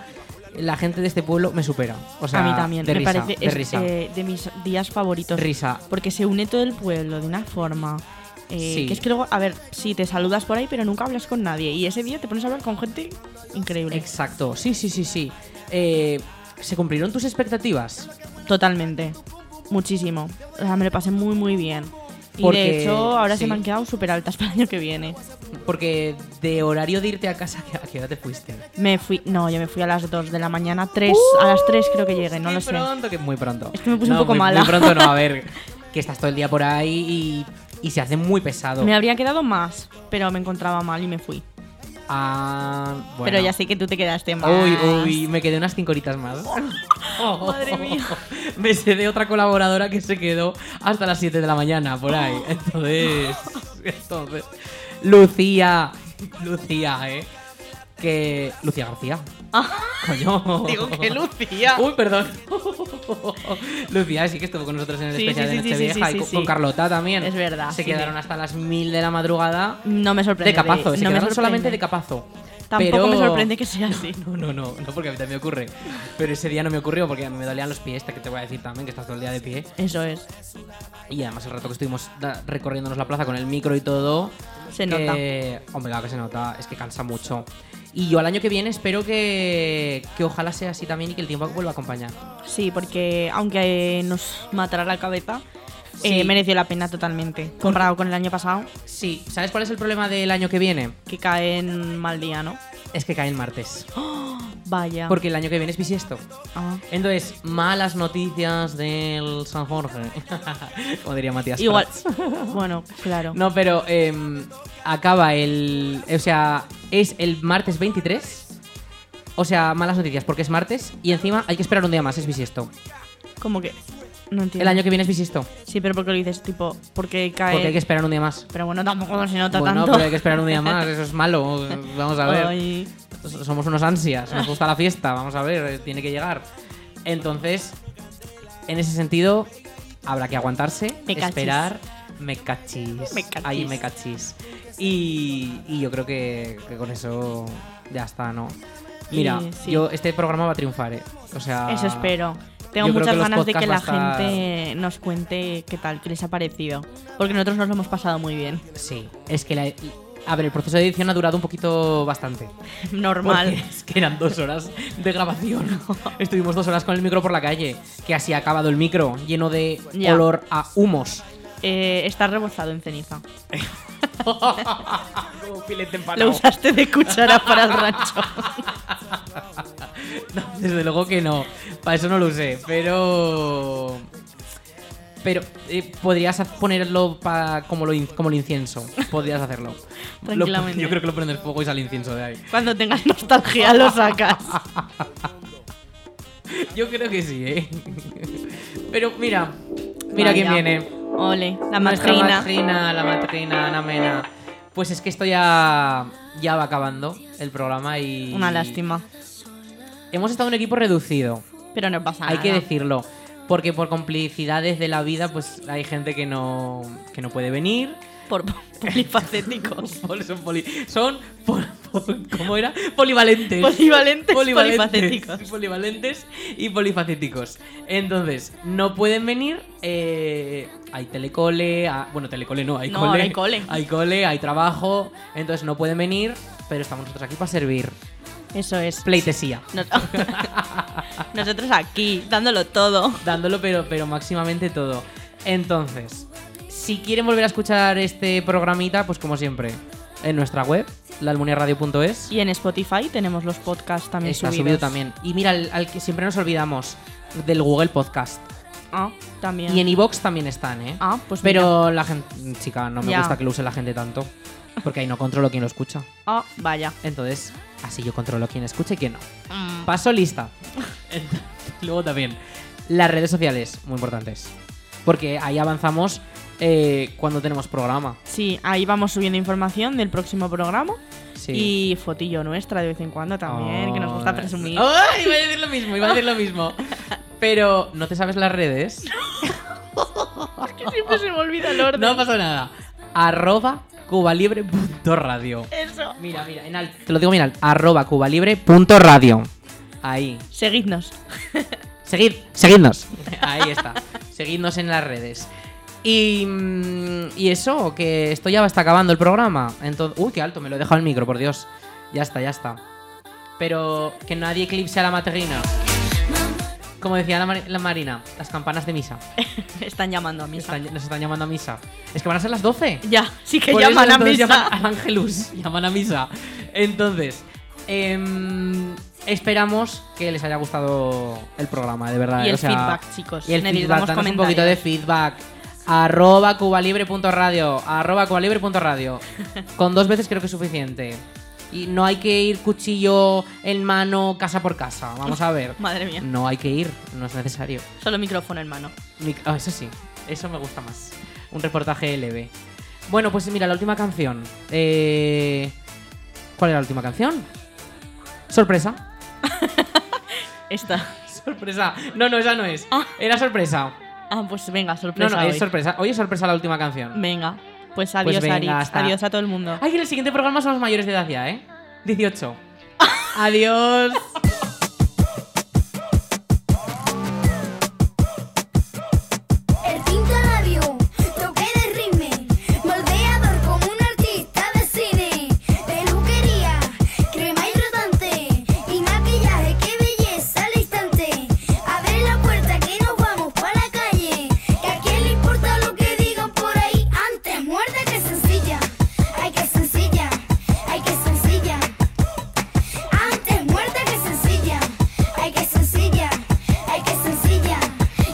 La gente de este pueblo me supera. O sea, a mí también, de me risa, parece de es, risa. eh, de mis días favoritos. Risa. Porque se une todo el pueblo de una forma. eh, Sí. Que es que luego, a ver, sí, te saludas por ahí, pero nunca hablas con nadie. Y ese día te pones a hablar con gente increíble. Exacto, sí, sí, sí, sí. Eh, ¿Se cumplieron tus expectativas? Totalmente. Muchísimo. O sea, me lo pasé muy, muy bien. Y Porque- de hecho, ahora se sí. me han quedado súper altas para el año que viene. Porque de horario de irte a casa, ¿a qué hora te fuiste? Me fui, no, yo me fui a las 2 de la mañana, 3, ¡Uh! a las 3 creo que llegué, no lo sé. Pronto que muy pronto. Es que me puse un poco muy- mala. Muy pronto no, a ver. Que estás todo el día por ahí y, y se hace muy pesado. Me habría quedado más, pero me encontraba mal y me fui. Ah, bueno. Pero ya sé que tú te quedaste mal. Uy, uy, me quedé unas cinco horitas más. Madre mía. Me sé de otra colaboradora que se quedó hasta las 7 de la mañana, por ahí. Entonces. Entonces. Lucía. Lucía, eh. Que. Lucía García. Coño. Digo que Lucía. Uy, perdón. Lucía sí que estuvo con nosotros en el Sí, especial sí, de sí, sí, Nochevieja sí, y sí, con, sí. con Carlota también. Es verdad, Se sí. quedaron hasta las 1000 de la madrugada. No me sorprende. De capazo, se no me quedaron solamente sorprende. de capazo. Tampoco Pero- me sorprende que sea así. No, no, no, no, porque a mí también me ocurre. Pero ese día no me ocurrió porque a mí me dolían los pies, te- que te voy a decir también, que estás todo el día de pie. Eso es. Y además el rato que estuvimos da- recorriéndonos la plaza con el micro y todo. Se que- Hombre, claro que se nota, es que cansa mucho. Y yo al año que viene espero que, que ojalá sea así también y que el tiempo vuelva a acompañar. Sí, porque aunque nos matará la cabeza, eh, Sí. mereció la pena totalmente. Comparado con el año pasado. Sí, ¿sabes cuál es el problema del año que viene? Que cae en mal día, ¿no? Es que cae el martes. Vaya. Porque el año que viene es bisiesto. Ah. Entonces, malas noticias del San Jorge. Como diría Matías. Igual. Prats. bueno, claro. No, pero em, acaba el. O sea, es el martes 23. O sea, malas noticias, porque es martes y encima hay que esperar un día más, es bisiesto. Como que. No entiendo. El año que viene es bisiesto. Sí, pero porque lo dices, tipo, porque cae. Porque hay que esperar un día más. Pero bueno, tampoco se nota bueno, tanto. pero hay que esperar un día más, eso es malo. Vamos a ver. Ay. S- Somos unos ansias, nos gusta la fiesta, vamos a ver, eh, tiene que llegar. Entonces, en ese sentido, habrá que aguantarse, Me cachis. esperar. Me cachis. Me cachis. Ay, me cachis. Y, y yo creo que, que con eso ya está, ¿no? Y Mira, sí. yo este programa va a triunfar, ¿eh? O sea. Eso espero. yo creo Tengo que muchas los ganas de que la podcasts va a estar- gente nos cuente qué tal, qué les ha parecido. Porque nosotros nos lo hemos pasado muy bien. Sí. Es que la- A ver, el proceso de edición ha durado un poquito bastante. Normal. Porque es que eran dos horas de grabación. Estuvimos dos horas con el micro por la calle, que así ha acabado el micro, lleno de Ya. olor a humos. Eh, está rebozado en ceniza. Como un filete Lo empanado. usaste de cuchara para el rancho. No, desde luego que no. Para eso no lo usé, pero. Pero eh, podrías haz- ponerlo pa- como, lo in- como el incienso. Podrías hacerlo. Lo- Tranquilamente. yo creo que lo prendes fuego y sale incienso de ahí. Cuando tengas nostalgia lo sacas. Yo creo que sí, ¿eh? Pero mira, mira Vaya. quién viene. Ole, la Nuestra madrina. madrina, la madrina, Ana Mena. Pues es que esto ya, ya va acabando el programa y... Una lástima. Hemos estado un equipo reducido, Pero no pasa hay nada. que decirlo. Porque por complicidades de la vida, pues hay gente que no, que no puede venir. Por polifacéticos. son poli- son pol- pol- ¿Cómo era? Polivalentes. Polivalentes, polifacéticos. Polivalentes y polifacéticos. Entonces, no pueden venir. eh, hay telecole. ah, bueno, telecole no, hay No, cole. ahora hay cole. Hay cole, hay trabajo. Entonces, no pueden venir, pero estamos nosotros aquí para servir. Eso es. Pleitesía. Nos- Nosotros aquí, dándolo todo. Dándolo, pero, pero máximamente todo. Entonces, si quieren volver a escuchar este programita, pues como siempre, en nuestra web, laalmuniaradio.es. Y en Spotify tenemos los podcasts también Está subidos. subido también. Y mira, al, al que siempre nos olvidamos, del Google Podcast. Ah, también. Y en iVoox también están, ¿eh? Ah, pues Pero la gente, chica, no me Ya. gusta que lo use la gente tanto. Porque ahí no controlo quién lo escucha. Ah, vaya. Entonces, así yo controlo quién escucha y quién no. Mm. Paso lista. Luego también, las redes sociales, muy importantes. porque ahí avanzamos eh, cuando tenemos programa. Sí, ahí vamos subiendo información del próximo programa. Sí. Oh, Y fotillo nuestra de vez en cuando también, que nos gusta presumir. ¡Ay! Iba a decir lo mismo, iba a decir lo mismo. Pero, ¿no te sabes las redes? que siempre se me olvida el orden. No pasa nada. Arroba cubalibre.radio. Eso. Mira, mira, en alto. Te lo digo, mira, arroba cubalibre.radio. Ahí. Seguidnos. Seguid, seguidnos. Ahí está. Seguidnos en las redes. Y, mm, y eso, que esto ya está acabando el programa. Entonces, uy, qué alto, me lo he dejado el micro, por Dios. Ya está, ya está. Pero que nadie eclipse a la materrina. Como decía la, Mari- la Marina, las campanas de misa. Están llamando a misa. nos están llamando a misa. Es que van a ser las Pues 12. Ya, sí que Por eso llaman a entonces misa. Llaman al Angelus, llaman a misa. Entonces, em, esperamos que les haya gustado el programa, de verdad. eh, Y el o sea, feedback, chicos. Y el Necesitamos feedback, danos un poquito de feedback. Arroba cubalibre.radio, arroba cubalibre.radio. Con dos veces creo que es suficiente. Y no hay que ir cuchillo en mano, casa por casa. Vamos a ver. Madre mía. No hay que ir, no es necesario. Solo micrófono en mano. Mic- ah, eso sí, eso me gusta más. Un reportaje LB. Bueno, pues mira, la última canción. Eh, ¿Cuál era la última canción? Sorpresa. Esta. Sorpresa. No, no, esa no es. Era sorpresa. Ah, pues venga, No, sorpresa. no, es hoy. sorpresa. Hoy es sorpresa la última canción. Venga. Pues Pues adiós, venga, Aritz. hasta- Adiós a todo el mundo. Ay, en el siguiente programa somos mayores de edad ya, ¿eh? 18. Adiós. El Tincaladio, toque de ritme, moldeador como un artista de cine, peluquería, crema hidratante y maquillaje, qué belleza al instante. Abre la puerta que nos vamos para la calle, que a quién le importa lo que digan por ahí, antes muerde que sencilla, ay que sencilla, ay que sencilla. Antes muerta que sencilla, ay que sencilla, ay que sencilla.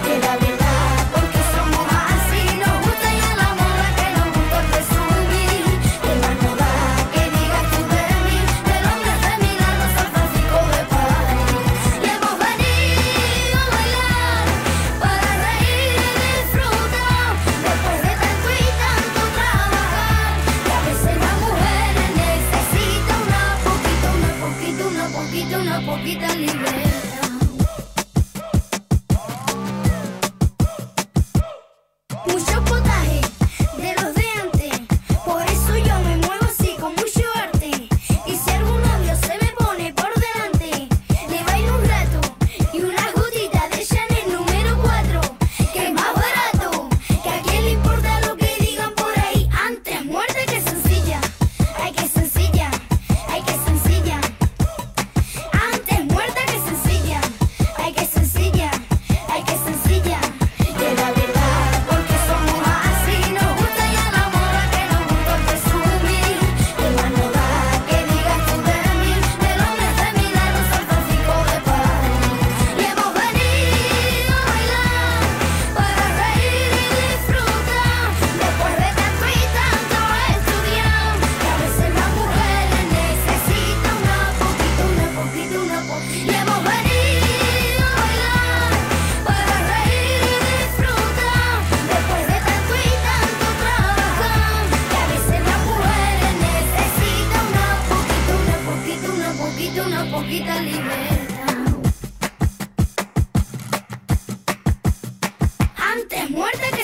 Que la verdad, porque somos así, nos gusta y a la moda que nos gusta presumir. Que más no da que digas tú de mí, del hombre feminado San Francisco de París. Y hemos venido a bailar, para reír y disfrutar, después de tanto y tanto trabajar. Que a veces las mujeres necesitan una poquita, una poquita, una poquita, una poquita libertad. mucho potaje de los de antes. Por eso yo me muevo así con mucho arte. Y si algún novio se me pone por delante, le bailo un rato y una gotita de Chanel número 4. Que es más barato, que a quién le importa lo que digan por ahí. Antes muerte que sencilla, ay que sencilla, ay que sencilla. Antes muerta que sencilla, ay que sencilla, ay que sencilla. Que la verdad, porque somos así, nos gusta y a la moda que nos gusta presumir. Que más no da que digas tú de mí, del hombre feminado San Francisco de París. Y hemos venido a bailar, para reír y disfrutar, después de tanto y tanto estudiar. Que a veces las mujeres necesitan una poquita, una poquita, una poquita. Y hemos venido a bailar, para reír y disfrutar, después de tanto y tanto trabajar. Que a veces las mujeres necesitan una poquita, una poquita, una poquita, una poquita libertad. Antes muerta